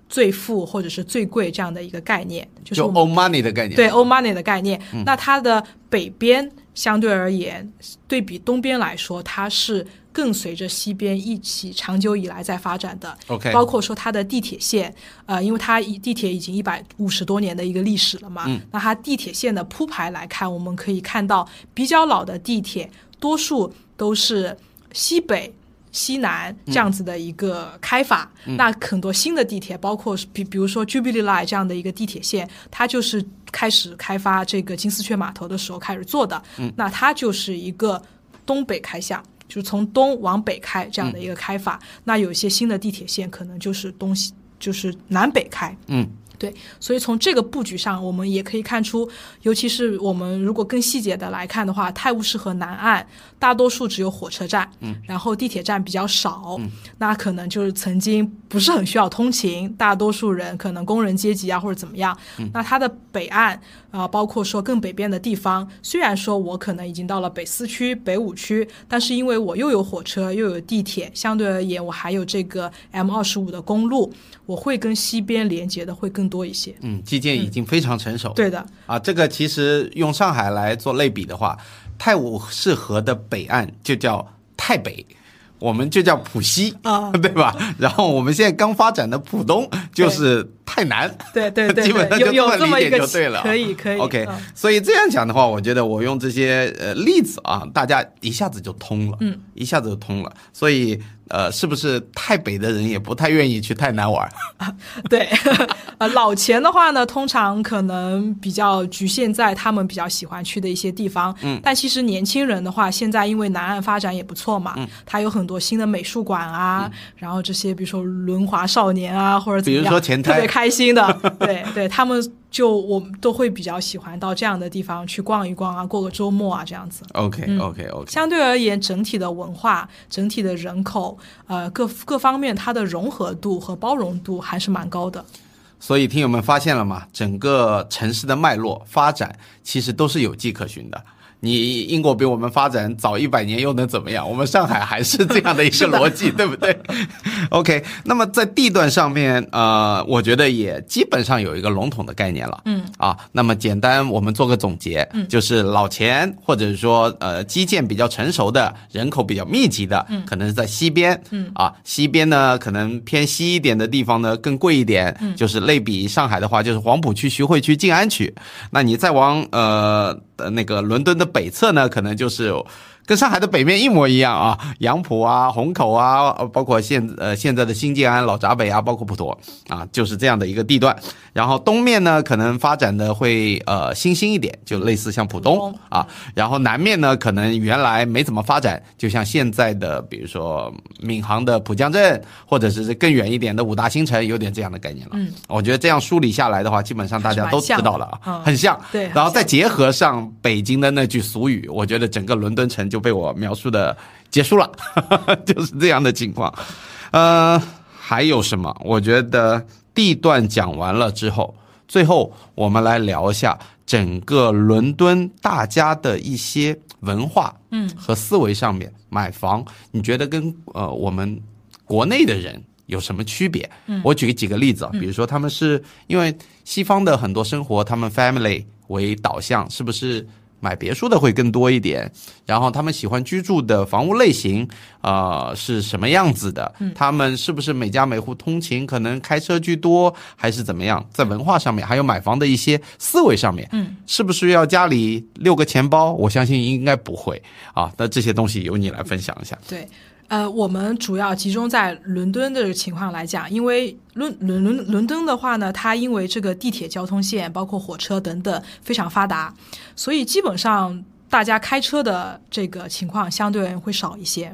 S1: 最富或者是最贵这样的一个概念，就是
S2: 就
S1: 我们
S2: old money 的概念。嗯
S1: 对 old money 的概念。那它的北边相对而言，对比东边来说，它是更随着西边一起长久以来在发展的。
S2: OK
S1: 包括说它的地铁线，呃，因为它一地铁已经一百五十多年的一个历史了嘛，那它地铁线的铺排来看，我们可以看到比较老的地铁，多数都是西北。西南这样子的一个开法，那很多新的地铁，包括是比比如说 Jubilee Line 这样的一个地铁线，它就是开始开发这个金丝雀码头的时候开始做的。那它就是一个东北开向，就是从东往北开这样的一个开法。那有一些新的地铁线可能就是东西，就是南北开。
S2: 嗯，
S1: 对，所以从这个布局上，我们也可以看出，尤其是我们如果更细节的来看的话，泰晤士河南岸大多数只有火车站，嗯，然后地铁站比较少，嗯，那可能就是曾经不是很需要通勤，大多数人可能工人阶级啊或者怎么样，那它的北岸啊、呃包括说更北边的地方，虽然说我可能已经到了北四区、北五区，但是因为我又有火车又有地铁，相对而言我还有这个 M 二十五的公路，我会跟西边连接的会更多一些。
S2: 嗯，基建已经非常成熟。
S1: 对的，
S2: 啊，这个其实用上海来做类比的话，泰晤士河的北岸就叫泰北，我们就叫浦西，
S1: 啊
S2: 对吧？ 然后我们现在刚发展的浦东就是太南，
S1: 对对对，
S2: 基本上
S1: 对
S2: 就
S1: 有有
S2: 这么
S1: 么
S2: 理
S1: 一
S2: 解
S1: 个
S2: 就对了。
S1: 可以可以
S2: OK，、
S1: 嗯
S2: 所以这样讲的话，我觉得我用这些呃例子啊，大家一下子就通了，
S1: 嗯，
S2: 一下子就通了。所以呃，是不是太北的人也不太愿意去太南玩？
S1: 对，呃，老钱的话呢，通常可能比较局限在他们比较喜欢去的一些地方。嗯，但其实年轻人的话，现在因为南岸发展也不错
S2: 嗯
S1: 嘛，它有很多新的美术馆啊，然后这些比如说轮滑少年啊，或者怎么样，
S2: 比如说前台
S1: 特别开心的，对对，他们就我们都会比较喜欢到这样的地方去逛一逛啊，过个周末啊这样子。
S2: OK OK OK，
S1: 相对而言，整体的文化、整体的人口，呃，各各方面它的融合度和包容度还是蛮高的。
S2: 所以听友们发现了吗？整个城市的脉络发展其实都是有迹可循的。你英国比我们发展早一百年又能怎么样？我们上海还是这样的一个逻辑，对不对 ？OK，那么在地段上面，呃，我觉得也基本上有一个笼统的概念了。嗯啊，那么简单我们做个总结，嗯，就是老钱或者说呃基建比较成熟的、人口比较密集的，嗯，可能是在西边，嗯啊，西边呢可能偏西一点的地方呢更贵一点，嗯，就是类比上海的话，就是黄浦区、徐汇区、静安区。那你再往呃呃那个伦敦的北侧呢，可能就是。跟上海的北面一模一样啊，杨浦啊、虹口啊，呃包括现呃现在的新建安、老闸北啊，包括普陀啊，就是这样的一个地段。然后东面呢，可能发展的会呃新兴一点，就类似像浦
S1: 浦
S2: 东
S1: 东
S2: 啊。然后南面呢，可能原来没怎么发展，就像现在的比如说闵行的浦江镇，或者是更远一点的五大新城，有点这样的概念了。
S1: 嗯，
S2: 我觉得这样梳理下来的话，基本上大家都知道了啊，很像。
S1: 对
S2: 然后再结合上北京的那句俗语，我觉得整个伦敦城就被我描述的结束了， 就是这样的情况。呃，还有什么？我觉得地段讲完了之后，最后我们来聊一下整个伦敦大家的一些文化，嗯，和思维上面买房，你觉得跟呃我们国内的人有什么区别？嗯，我举几个例子啊，比如说他们是因为西方的很多生活，他们 family 为导向，是不是？买别墅的会更多一点，然后他们喜欢居住的房屋类型，呃，是什么样子的？他们是不是每家每户通勤可能开车居多，还是怎么样？在文化上面，还有买房的一些思维上面，嗯，是不是要家里六个钱包？我相信应该不会啊。那这些东西由你来分享一下。
S1: 对，呃，我们主要集中在伦敦的情况来讲，因为伦伦伦伦敦的话呢，它因为这个地铁交通线、包括火车等等非常发达，所以基本上。大家开车的这个情况相对会少一些，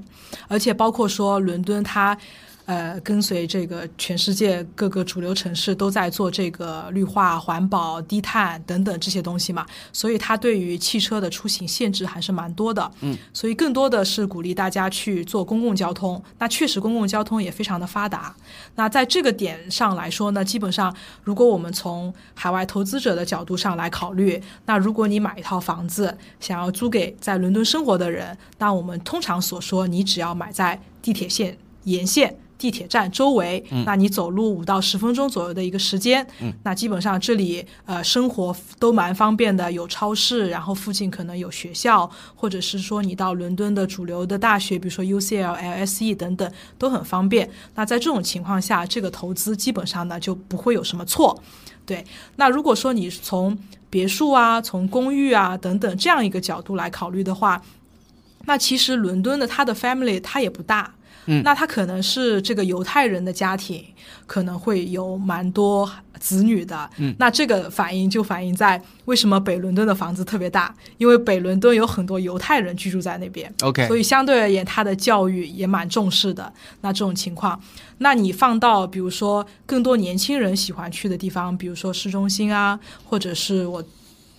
S1: 而且包括说伦敦它，呃，跟随这个全世界各个主流城市都在做这个绿化、环保、低碳等等这些东西嘛，所以它对于汽车的出行限制还是蛮多的。所以更多的是鼓励大家去坐公共交通。那确实，公共交通也非常的发达。那在这个点上来说呢，基本上如果我们从海外投资者的角度上来考虑，那如果你买一套房子想要租给在伦敦生活的人，那我们通常所说，你只要买在地铁线沿线。地铁站周围，那你走路五到十分钟左右的一个时间，那基本上这里呃生活都蛮方便的，有超市，然后附近可能有学校，或者是说你到伦敦的主流的大学，比如说 UCL、LSE E 等等，都很方便。那在这种情况下，这个投资基本上呢就不会有什么错。对，那如果说你从别墅啊、从公寓啊等等这样一个角度来考虑的话，那其实伦敦的它的 family 它也不大，嗯，那它可能是这个犹太人的家庭，可能会有蛮多子女的，嗯，那这个反映就反映在为什么北伦敦的房子特别大，因为北伦敦有很多犹太人居住在那边
S2: OK
S1: 所以相对而言它的教育也蛮重视的。那这种情况，那你放到比如说更多年轻人喜欢去的地方，比如说市中心啊，或者是我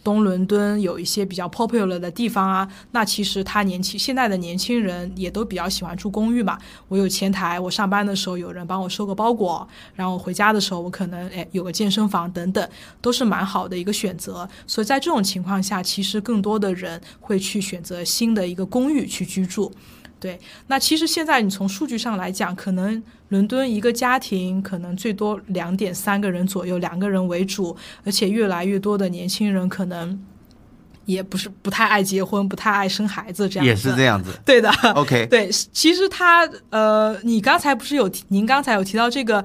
S1: 东伦敦有一些比较 popular 的地方啊，那其实他年轻现在的年轻人也都比较喜欢住公寓嘛。我有前台，我上班的时候有人帮我收个包裹，然后我回家的时候我可能哎有个健身房等等，都是蛮好的一个选择。所以在这种情况下，其实更多的人会去选择新的一个公寓去居住。对，那其实现在你从数据上来讲，可能伦敦一个家庭可能最多两点三个人左右，两个人为主，而且越来越多的年轻人可能也不是不太爱结婚、不太爱生孩子这样。
S2: 也是这。样子。
S1: 对的。
S2: OK，
S1: 对，其实他呃，你刚才不是有提您刚才有提到这个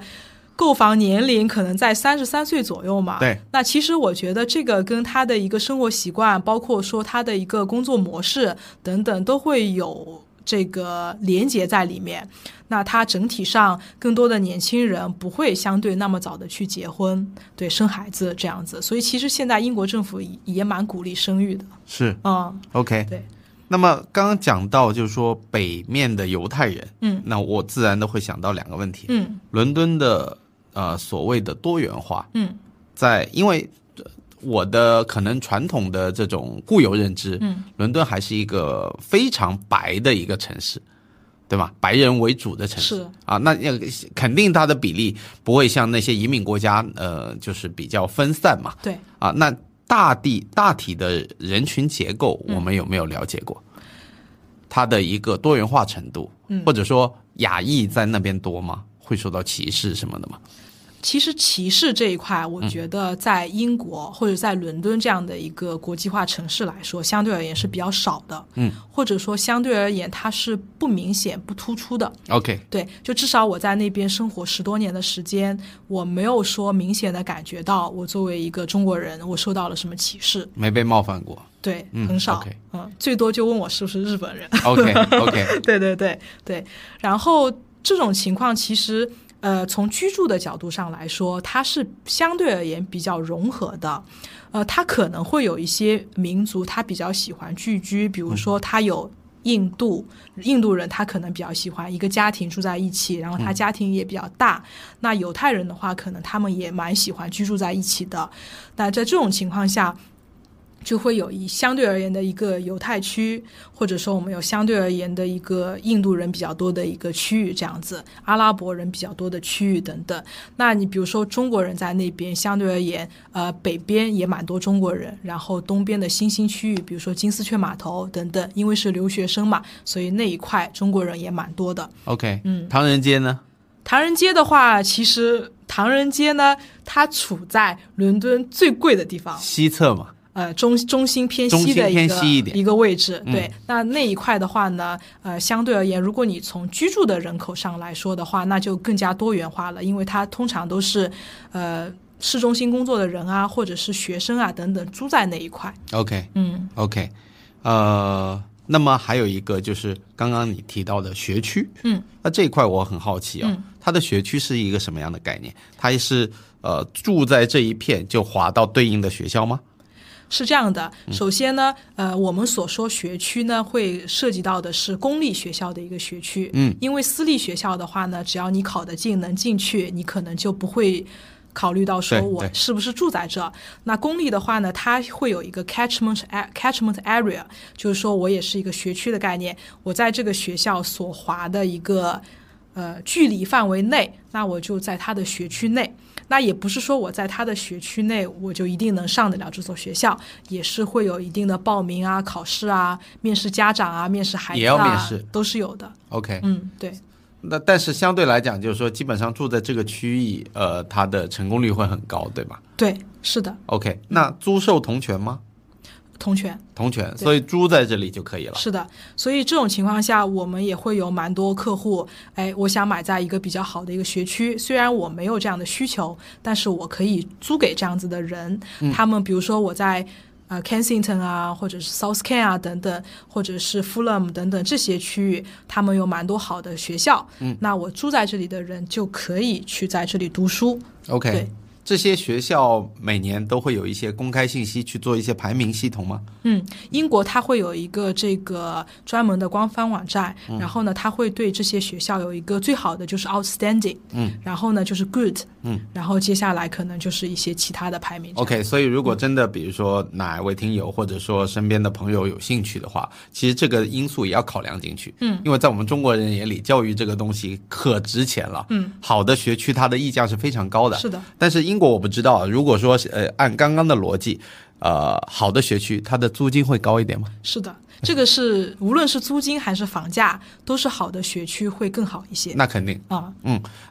S1: 购房年龄可能在三十三岁左右嘛？
S2: 对。
S1: 那其实我觉得这个跟他的一个生活习惯，包括说他的一个工作模式等等，都会有这个连结在里面。那他整体上更多的年轻人不会相对那么早的去结婚，对生孩子这样子，所以其实现在英国政府也也蛮鼓励生育的，
S2: 是
S1: 嗯，
S2: OK。
S1: 对，
S2: 那么刚刚讲到就是说北面的犹太人，
S1: 嗯
S2: 那我自然的会想到两个问题，
S1: 嗯
S2: 伦敦的呃所谓的多元化，
S1: 嗯
S2: 在因为呃我的可能传统的这种固有认知，
S1: 嗯，
S2: 伦敦还是一个非常白的一个城市，对吧？白人为主的城市
S1: 是
S2: 啊，那那个肯定它的比例不会像那些移民国家，呃，就是比较分散嘛，
S1: 对。
S2: 啊，那大地大体的人群结构，
S1: 嗯
S2: 我们有没有了解过？它的一个多元化程度，
S1: 嗯
S2: 或者说亚裔在那边多吗？会受到歧视什么的吗？
S1: 其实歧视这一块，
S2: 嗯
S1: 我觉得在英国或者在伦敦这样的一个国际化城市来说，相对而言是比较少的，
S2: 嗯，
S1: 或者说相对而言它是不明显、不突出的。
S2: OK，
S1: 对，就至少我在那边生活十多年的时间，我没有说明显的感觉到我作为一个中国人，我受到了什么歧视。
S2: 没被冒犯过。
S1: 对，
S2: 嗯
S1: 很少
S2: OK，
S1: 嗯，最多就问我是不是日本人。
S2: OK OK，
S1: 对对对对，然后这种情况其实。呃，从居住的角度上来说，它是相对而言比较融合的。呃，它可能会有一些民族，他比较喜欢聚居，比如说他有印度，印度人他可能比较喜欢一个家庭住在一起，然后他家庭也比较大。那犹太人的话，可能他们也蛮喜欢居住在一起的。那在这种情况下，就会有一相对而言的一个犹太区，或者说我们有相对而言的一个印度人比较多的一个区域，这样子，阿拉伯人比较多的区域等等。那你比如说中国人在那边，相对而言，呃，北边也蛮多中国人，然后东边的新兴区域，比如说金丝雀码头等等，因为是留学生嘛，所以那一块中国人也蛮多的。
S2: OK，
S1: 嗯
S2: 唐人街呢？
S1: 唐人街的话，其实唐人街呢，它处在伦敦最贵的地方，
S2: 西侧嘛，
S1: 呃中中心偏西的一
S2: 中心
S1: 个
S2: 偏西一点
S1: 个位置。
S2: 嗯
S1: 对，那那一块的话呢，呃，相对而言，如果你从居住的人口上来说的话，那就更加多元化了，因为它通常都是呃市中心工作的人啊，或者是学生啊等等住在那一块。
S2: OK
S1: 嗯
S2: OK，呃，那么还有一个就是刚刚你提到的学区，
S1: 嗯，
S2: 那这一块我很好奇哦，
S1: 嗯
S2: 它的学区是一个什么样的概念？它是呃住在这一片就划到对应的学校吗？
S1: 是这样的，
S2: 嗯
S1: 首先呢，呃，我们所说学区呢，会涉及到的是公立学校的一个学区，
S2: 嗯，
S1: 因为私立学校的话呢，只要你考得进、能进去，你可能就不会。考虑到说
S2: 对
S1: 我
S2: 对
S1: 是不是住在这？那公立的话呢，它会有一个 catchment a- catchment area，就是说我也是一个学区的概念，我在这个学校所划的一个呃距离范围内，那我就在它的学区内。那也不是说我在它的学区内，我就一定能上得了这所学校，也是会有一定的报名啊、考试啊、面试家长啊、面试孩子啊，
S2: 也要面试
S1: 都是有的。
S2: OK，、
S1: 嗯，对，
S2: 那但是相对来讲，就是说基本上住在这个区域，呃，它的成功率会很高，对吧
S1: 对，是的，
S2: ？OK，那租售同权吗？
S1: 同权。
S2: 同权，所以租在这里就可以了。
S1: 是的，所以这种情况下，我们也会有蛮多客户，哎，我想买在一个比较好的一个学区，虽然我没有这样的需求，但是我可以租给这样子的人。他们比如说我在呃 Kensington 啊，或者是 South Ken 啊等等，或者是 Fulham 等等这些区域，他们有蛮多好的学校。嗯，那我住在这里的人就可以去在这里读书。
S2: OK，
S1: 对
S2: 这些学校每年都会有一些公开信息去做一些排名系统吗？
S1: 嗯，英国它会有一个这个专门的官方网站，
S2: 嗯
S1: 然后呢，它会对这些学校有一个最好的就是 outstanding，
S2: 嗯，
S1: 然后呢就是 good，
S2: 嗯，哦
S1: 然后接下来可能就是一些其他的排名。
S2: OK，所以如果真的比如说哪位听友或者说身边的朋友有兴趣的话，其实这个因素也要考量进去。
S1: 嗯，
S2: 因为在我们中国人眼里，教育这个东西可值钱了。
S1: 嗯，
S2: 好的学区它的溢价是非常高的。
S1: 是的，
S2: 但是英国我不知道，如果说是呃按刚刚的逻辑，呃好的学区它的租金会高一点吗？
S1: 是的，这个是无论是租金还是房价，都是好的学区会更好一些
S2: 那肯定。
S1: 啊。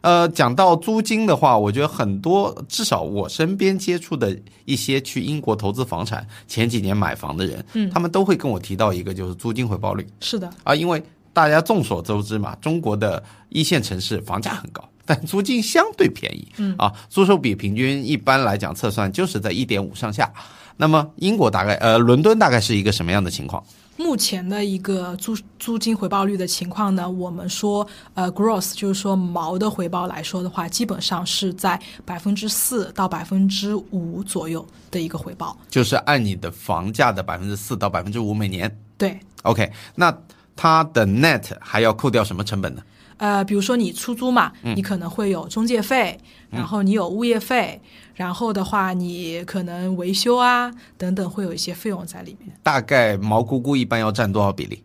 S2: 呃，讲到租金的话，我觉得很多，至少我身边接触的一些去英国投资房产前几年买房的人，嗯，他们都会跟我提到一个就是租金回报率
S1: 是的，
S2: 啊，因为大家众所周知嘛，中国的一线城市房价很高。但租金相对便宜，嗯啊，租售比平均一般来讲测算就是在一点五上下。那么英国大概呃伦敦大概是一个什么样的情况？
S1: 目前的一个租租金回报率的情况呢，我们说呃 gross 就是说毛的回报来说的话，基本上是在百分之四到百分之五左右的一个回报。
S2: 就是按你的房价的百分之四到百分之五每年。
S1: 对，
S2: OK，那它的 net 还要扣掉什么成本呢？
S1: 呃，比如说你出租嘛，你可能会有中介费，然后你有物业费，然后的话你可能维修啊等等会有一些费用在里面。
S2: 大概毛估估一般要占多少比例？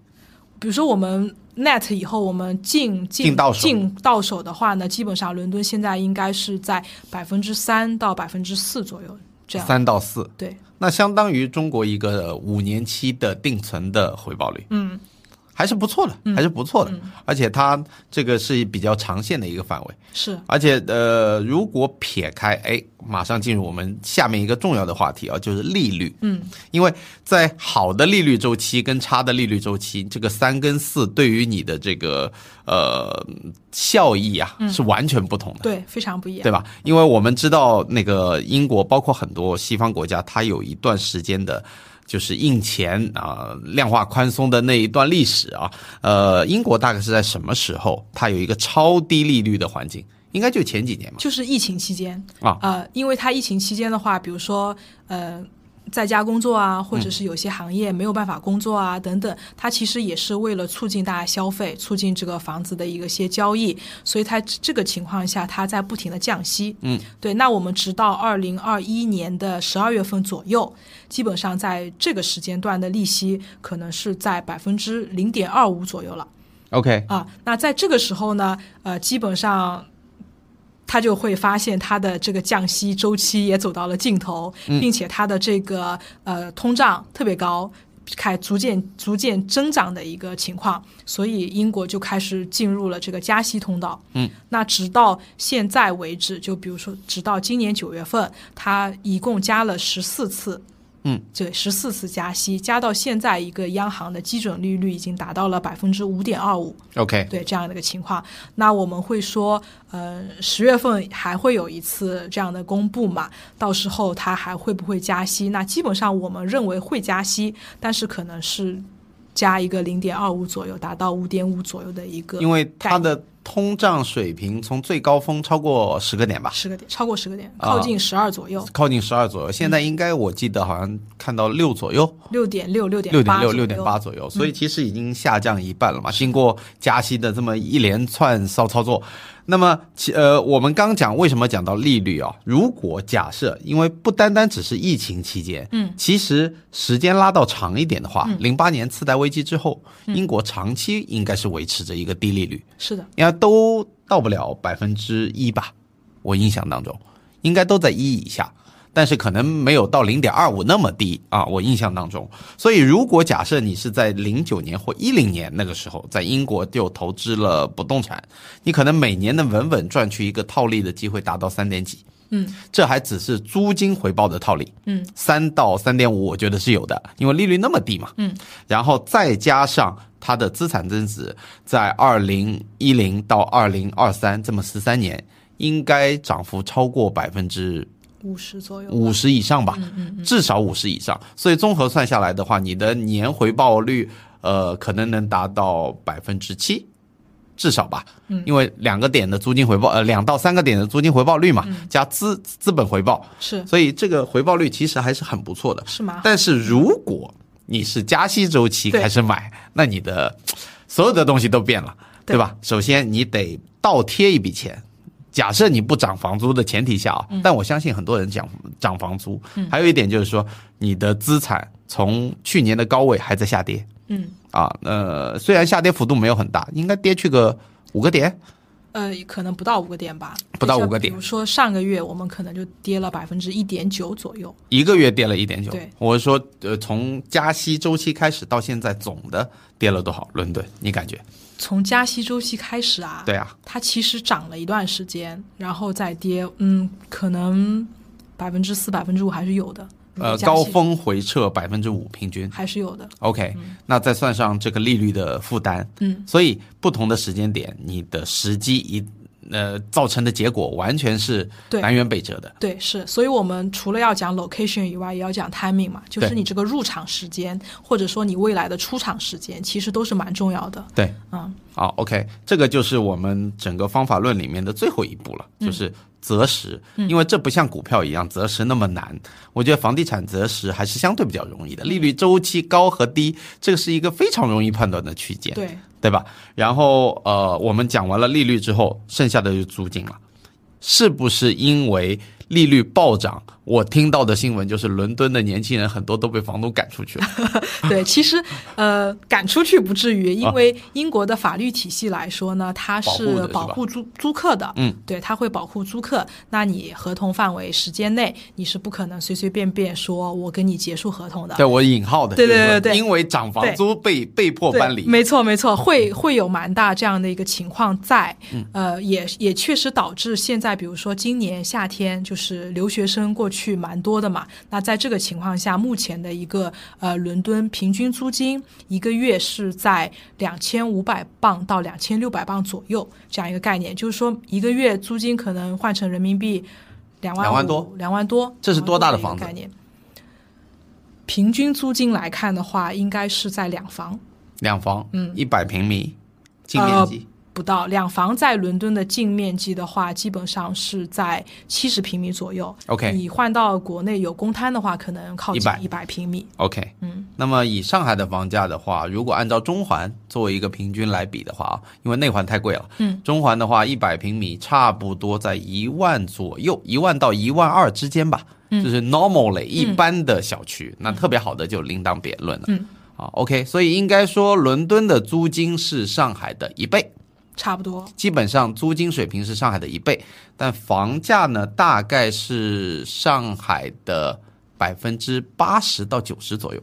S1: 比如说我们 net 以后，我们进进
S2: 进到手
S1: 进到手的话呢，基本上伦敦现在应该是在百分之三到百分之四左右这样。
S2: 三到四，
S1: 对，
S2: 那相当于中国一个五年期的定存的回报率。嗯。还是不错的，
S1: 嗯
S2: 还是不错的，而且它这个是比较长线的一个范围，
S1: 是
S2: 而且呃，如果撇开，哎，马上进入我们下面一个重要的话题啊，就是利率。嗯，因为在好的利率周期跟差的利率周期，这个三跟四对于你的这个呃效益啊是完全不同的。
S1: 对，非常不一样。
S2: 对吧？因为我们知道那个英国，包括很多西方国家，它有一段时间的。就是印钱啊、量化宽松的那一段历史啊，呃，英国大概是在什么时候？它有一个超低利率的环境，应该就前几年嘛。
S1: 就是疫情期间
S2: 啊
S1: 呃，因为它疫情期间的话，比如说呃，在家工作啊，或者是有些行业没有办法工作啊、等等，它其实也是为了促进大家消费，促进这个房子的一个些交易，所以它这个情况下，它在不停的降息。嗯，对。那我们直到二零二一年的十二月份左右，基本上在这个时间段的利息可能是在百分之零点二五左右了。
S2: OK，
S1: 啊，那在这个时候呢，呃，基本上他就会发现他的这个降息周期也走到了尽头，并且他的这个呃通胀特别高。开逐渐逐渐增长的一个情况，所以英国就开始进入了这个加息通道。嗯，那直到现在为止，就比如说直到今年九月份，它一共加了十四次，
S2: 嗯，
S1: 对，十四次加息，加到现在一个央行的基准利率已经达到了百分之五点二五。
S2: OK，
S1: 对这样的一个情况。那我们会说，呃，十月份还会有一次这样的公布嘛？到时候它还会不会加息？那基本上我们认为会加息，但是可能是加一个零点二五左右，达到五点五左右的一个概念，
S2: 因为它的通胀水平从最高峰超过十个点吧，
S1: 十个点，超过十个点，
S2: 啊
S1: 靠近十二左右，
S2: 靠近十二左右，现在应该我记得好像看到六左右。
S1: 六点六、六点
S2: 六点
S1: 八、
S2: 六、六点八。左右，嗯所以其实已经下降一半了嘛。经过加息的这么一连串骚操作，那么其呃，我们刚讲为什么讲到利率啊？如果假设，因为不单单只是疫情期间，嗯，其实时间拉到长一点的话，零八年次贷危机之后，英国长期应该是维持着一个低利率，
S1: 是的，
S2: 应该都到不了百分之一吧，我印象当中应该都在一以下，但是可能没有到零点二五那么低啊，我印象当中。所以如果假设你是在零九年或一零年那个时候在英国就投资了不动产，你可能每年能稳稳赚取一个套利的机会达到三点几。
S1: 嗯，
S2: 这还只是租金回报的套利，
S1: 嗯，
S2: 三到三点五，我觉得是有的，因为利率那么低嘛，嗯，然后再加上它的资产增值，在二零一零到二零二三这么十三年，应该涨幅超过百分之
S1: 五十左右吧。
S2: 五十以上吧，至少五十以上。所以综合算下来的话，你的年回报率，呃，可能能达到百分之七，至少吧。因为两个点的租金回报，呃，两到三个点的租金回报率嘛，加资资本回报，
S1: 是
S2: 所以这个回报率其实还是很不错的。
S1: 是吗？
S2: 但是如果你是加息周期
S1: 对
S2: 开始买，那你的呃所有的东西都变了，
S1: 对
S2: 对吧？首先你得倒贴一笔钱。假设你不涨房租的前提下啊，
S1: 嗯
S2: 但我相信很多人讲涨房租。还有一点就是说，你的资产从去年的高位还在下跌
S1: 嗯，
S2: 啊，呃，虽然下跌幅度没有很大，应该跌去个五个点，
S1: 呃，可能不到五个点吧，
S2: 不到五个点
S1: 比如说上个月我们可能就跌了百分之一点九左右，
S2: 一个月跌了一点九
S1: 对。
S2: 我是说，呃，从加息周期开始到现在，总的跌了多少？伦敦，你感觉？
S1: 从加息周期开始啊，
S2: 对啊，
S1: 它其实涨了一段时间，然后再跌，嗯，可能百分之四、百分之五还是有的，
S2: 呃，
S1: 嗯加息
S2: 高峰回撤百分之五平均。
S1: 还是有的，
S2: OK，、那再算上这个利率的负担，
S1: 嗯，
S2: 所以不同的时间点，你的时机一呃造成的结果完全是
S1: 对
S2: 南辕北辙的。
S1: 对，是，所以我们除了要讲 location 以外，也要讲 timing 嘛，就是
S2: 对
S1: 你这个入场时间，或者说你未来的出场时间，其实都是蛮重要的，
S2: 对，
S1: 嗯，
S2: 好，OK，这个就是我们整个方法论里面的最后一步了，
S1: 嗯
S2: 就是择时。因为这不像股票一样择时那么难，我觉得房地产择时还是相对比较容易的。利率
S1: 嗯
S2: 周期高和低，这个是一个非常容易判断的区间，
S1: 对，
S2: 对吧？然后呃，我们讲完了利率之后，剩下的就是租金了。是不是因为利率暴涨？我听到的新闻就是，伦敦的年轻人很多都被房东赶出去了。
S1: 对，其实呃，赶出去不至于，因为英国的法律体系来说呢，它
S2: 啊保护的
S1: 是
S2: 是
S1: 保
S2: 吧
S1: 护租租客的，
S2: 嗯，
S1: 对，它会保护租客。那你合同范围时间内，你是不可能随随便便说我跟你结束合同的。
S2: 对我引号的，
S1: 对
S2: 就是
S1: 对
S2: 说
S1: 对对
S2: 因为涨房租被被迫
S1: 对
S2: 搬离。
S1: 没错，没错，
S2: 嗯
S1: 会会有蛮大这样的一个情况在，呃，也也确实导致现在，比如说今年夏天，就是留学生过去蛮多的嘛。那在这个情况下，目前的一个呃伦敦平均租金一个月是在两千五百磅到两千六百磅左右这样一个概念，就是说一个月租金可能换成人民币两万
S2: 两万多，
S1: 两万多，
S2: 这是多大的
S1: 一个
S2: 房子
S1: 概念？平均租金来看的话，应该是在两房。
S2: 两房，
S1: 嗯呃
S2: 一百平米，净面积，
S1: 不到两房在伦敦的净面积的话，基本上是在七十平米左右。
S2: OK
S1: 你换到国内有公摊的话，可能靠近
S2: 100
S1: 一百平米。
S2: OK，
S1: 嗯，
S2: 那么以上海的房价的话，如果按照中环作为一个平均来比的话啊，因为内环太贵了，
S1: 嗯，
S2: 中环的话一百平米差不多在一万左右，一万到一万二之间吧，
S1: 嗯
S2: 就是 normally 一般的小区，那特别好的就另当别论了，
S1: 嗯，
S2: 啊，OK，所以应该说伦敦的租金是上海的一倍，
S1: 差不多。
S2: 基本上租金水平是上海的一倍，但房价呢大概是上海的百分之八十到九十左右。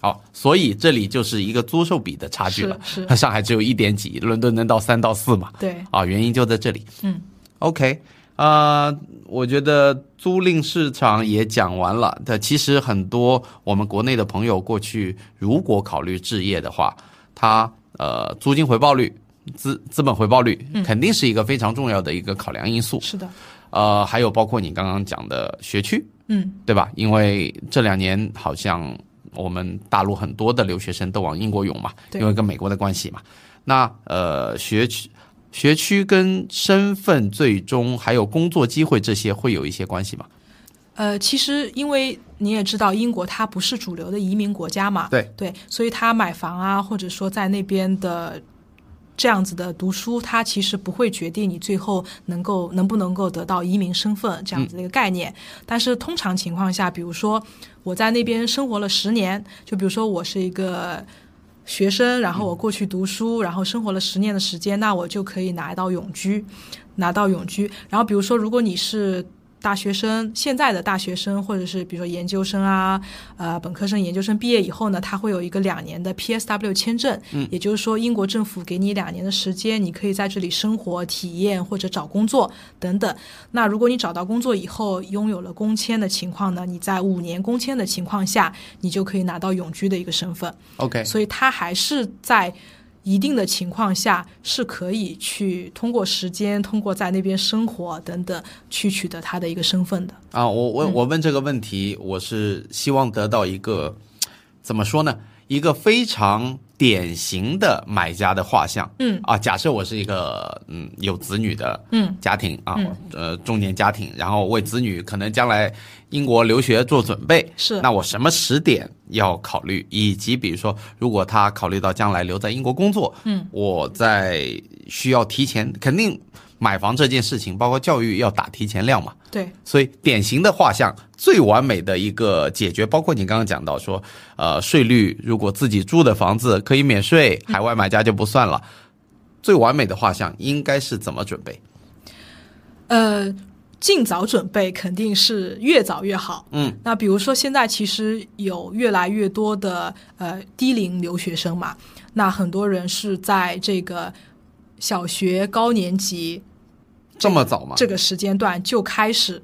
S2: 好、所以这里就是一个租售比的差距了。
S1: 是
S2: 上海只有一点几，伦敦能到三到四嘛？
S1: 对，
S2: 啊，原因就在这里。
S1: 嗯
S2: ，OK，啊、我觉得租赁市场也讲完了。但其实很多我们国内的朋友过去，如果考虑置业的话，它呃租金回报率、资资本回报率肯定是一个非常重要的一个考量因素。
S1: 是的，
S2: 呃，还有包括你刚刚讲的学区，
S1: 嗯，
S2: 对吧？因为这两年好像我们大陆很多的留学生都往英国涌嘛，
S1: 对
S2: 因为跟美国的关系嘛。那呃，学区、学区跟身份最终还有工作机会这些会有一些关系嘛？
S1: 呃，其实因为你也知道，英国它不是主流的移民国家嘛，
S2: 对
S1: 对，所以他买房啊，或者说在那边的这样子的读书，它其实不会决定你最后能够能不能够得到移民身份这样子的一个概念。但是通常情况下，比如说我在那边生活了十年，就比如说我是一个。学生，然后我过去读书，然后生活了十年的时间，那我就可以拿到永居，拿到永居。然后比如说，如果你是大学生，现在的大学生或者是比如说研究生啊，呃，本科生、研究生毕业以后呢，他会有一个两年的 PSW 签证，嗯，也就是说英国政府给你两年的时间，你可以在这里生活、体验或者找工作等等。那如果你找到工作以后拥有了工签的情况呢，你在五年工签的情况下，你就可以拿到永居的一个身份。
S2: OK，
S1: 所以它还是在一定的情况下是可以去通过时间、通过在那边生活等等去取得他的一个身份的。
S2: 啊，我我
S1: 嗯
S2: 我问这个问题，我是希望得到一个怎么说呢？一个非常典型的买家的画像。
S1: 嗯
S2: 啊，假设我是一个嗯有子女的
S1: 嗯
S2: 家庭啊，
S1: 嗯
S2: 呃中年家庭，然后为子女可能将来英国留学做准备。
S1: 是
S2: 那我什么时点要考虑？以及比如说，如果他考虑到将来留在英国工作，
S1: 嗯，
S2: 我在需要提前肯定买房这件事情，包括教育要打提前量嘛。
S1: 对，
S2: 所以典型的画像，最完美的一个解决，包括你刚刚讲到说， 呃，税率如果自己住的房子可以免税，海外买家就不算了。最完美的画像应该是怎么准备？
S1: 呃，尽早准备肯定是越早越好。
S2: 嗯，
S1: 那比如说现在其实有越来越多的呃低龄留学生嘛，那很多人是在这个小学高年级
S2: 这么早吗？
S1: 这个时间段就开始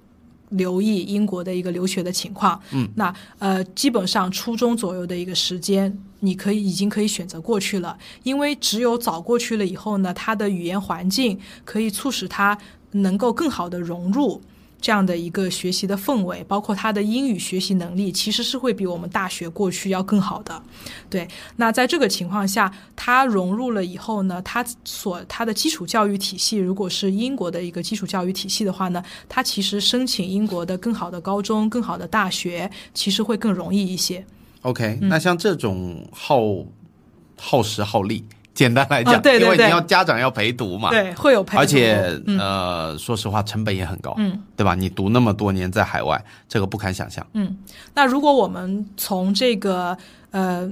S1: 留意英国的一个留学的情况。
S2: 嗯，
S1: 那呃，基本上初中左右的一个时间，你可以已经可以选择过去了，因为只有早过去了以后呢，他的语言环境可以促使他能够更好的融入。这样的一个学习的氛围，包括他的英语学习能力，其实是会比我们大学过去要更好的。对，那在这个情况下，他融入了以后呢，他所他的基础教育体系，如果是英国的一个基础教育体系的话呢，他其实申请英国的更好的高中、更好的大学，其实会更容易一些。
S2: OK，、那
S1: 嗯
S2: 像这种耗耗时耗力，简单来讲，
S1: 啊对对
S2: 因为
S1: 对
S2: 你要家长要陪读嘛，
S1: 对，会有陪
S2: 啊而
S1: 读
S2: 且、呃，说实话，成本也很高，
S1: 嗯，
S2: 对吧？你读那么多年在海外，这个不堪想象。
S1: 那如果我们从这个呃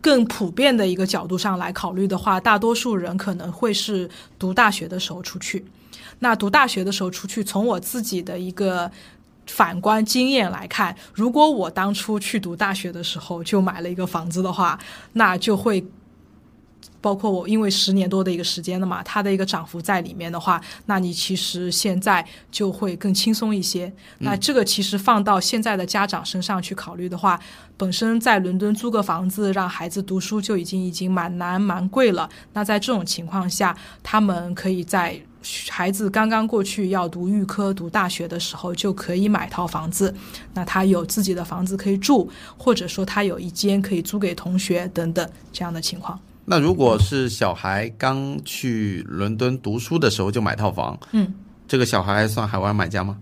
S1: 更普遍的一个角度上来考虑的话，大多数人可能会是读大学的时候出去。那读大学的时候出去，从我自己的一个反观经验来看，如果我当初去读大学的时候就买了一个房子的话，那就会。包括我，因为十年多的一个时间了嘛，它的一个涨幅在里面的话，那你其实现在就会更轻松一些。那这个其实放到现在的家长身上去考虑的话，本身在伦敦租个房子让孩子读书就已经已经蛮难蛮贵了。那在这种情况下，他们可以在孩子刚刚过去要读预科、读大学的时候，就可以买套房子。那他有自己的房子可以住，或者说他有一间可以租给同学等等这样的情况。
S2: 那如果是小孩刚去伦敦读书的时候就买套房，
S1: 嗯，
S2: 这个小孩还算海外买家吗？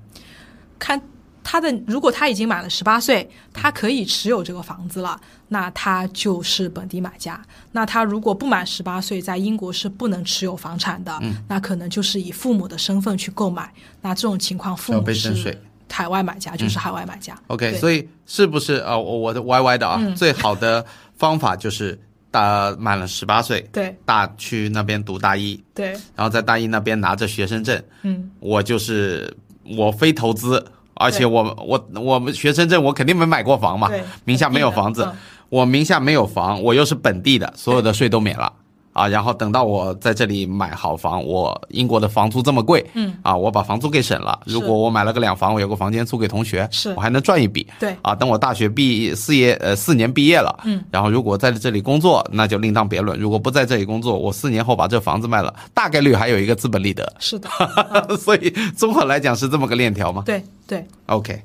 S1: 看他的，如果他已经满了十八岁，他可以持有这个房子了，那他就是本地买家。那他如果不满十八岁，在英国是不能持有房产的，
S2: 嗯
S1: 那可能就是以父母的身份去购买。那这种情况，父
S2: 要
S1: 母
S2: 被征
S1: 是
S2: 税嗯
S1: 海外买家，就是海外买家。
S2: OK，
S1: 对嗯
S2: 所以是不是啊？我我的歪歪的啊，最好的方法就是大满了十八岁，
S1: 对
S2: 大去那边读大一，
S1: 对，
S2: 然后在大一那边拿着学生证，
S1: 嗯，
S2: 我就是我非投资，而且
S1: 对
S2: 我我我们学生证我肯定没买过房嘛
S1: 对，
S2: 名下没有房子
S1: 嗯，
S2: 我名下没有房，我又是本地的，所有的税都免了。啊，然后等到我在这里买好房，我英国的房租这么贵，
S1: 嗯，
S2: 啊，我把房租给省了。
S1: 是
S2: 如果我买了个两房，我有个房间租给同学，
S1: 是
S2: 我还能赚一笔。
S1: 对
S2: 啊，等我大学毕业四业呃四年毕业了，
S1: 嗯，
S2: 然后如果在这里工作，那就另当别论；如果不在这里工作，我四年后把这房子卖了，大概率还有一个资本利得。
S1: 是 的，
S2: 所以综合来讲是这么个链条吗
S1: 对对，
S2: ？OK，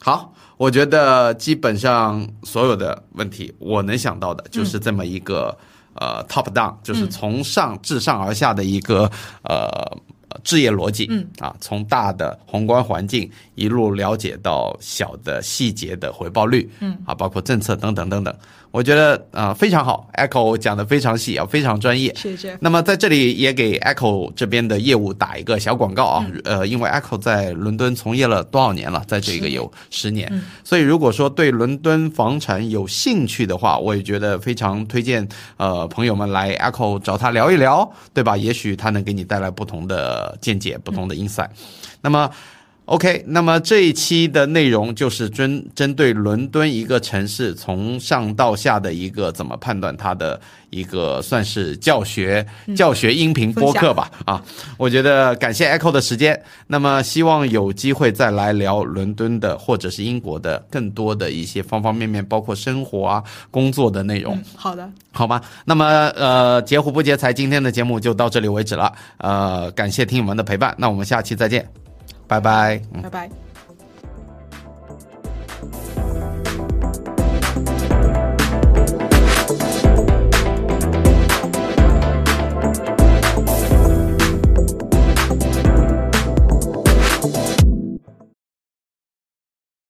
S2: 好，我觉得基本上所有的问题我能想到的就是这么一个、呃 top down，就是
S1: 嗯
S2: 从上至上而下的一个呃。置业逻辑，
S1: 嗯
S2: 啊，从大的宏观环境一路了解到小的细节的回报率，
S1: 嗯
S2: 啊，包括政策等等等等，我觉得啊、呃非常好，Echo 讲的非常细啊，非常专业，
S1: 谢谢 Jeff。
S2: 那么在这里也给 Echo 这边的业务打一个小广告啊，呃，因为 Echo 在伦敦从业了多少年了，在这个有十年，所以如果说对伦敦房产有兴趣的话，我也觉得非常推荐呃朋友们来 Echo 找他聊一聊，对吧？也许他能给你带来不同的见解、不同的 insight。那么 OK，那么这一期的内容就是针针对伦敦一个城市从上到下的一个怎么判断它的一个算是教学、教学音频播客吧啊，我觉得感谢 Echo 的时间，那么希望有机会再来聊伦敦的或者是英国的更多的一些方方面面，包括生活啊、工作的内容。
S1: 嗯，好的，
S2: 好吧，那么呃，截胡不截财，今天的节目就到这里为止了。呃，感谢听友们的陪伴，那我们下期再见，拜拜。
S1: 拜拜。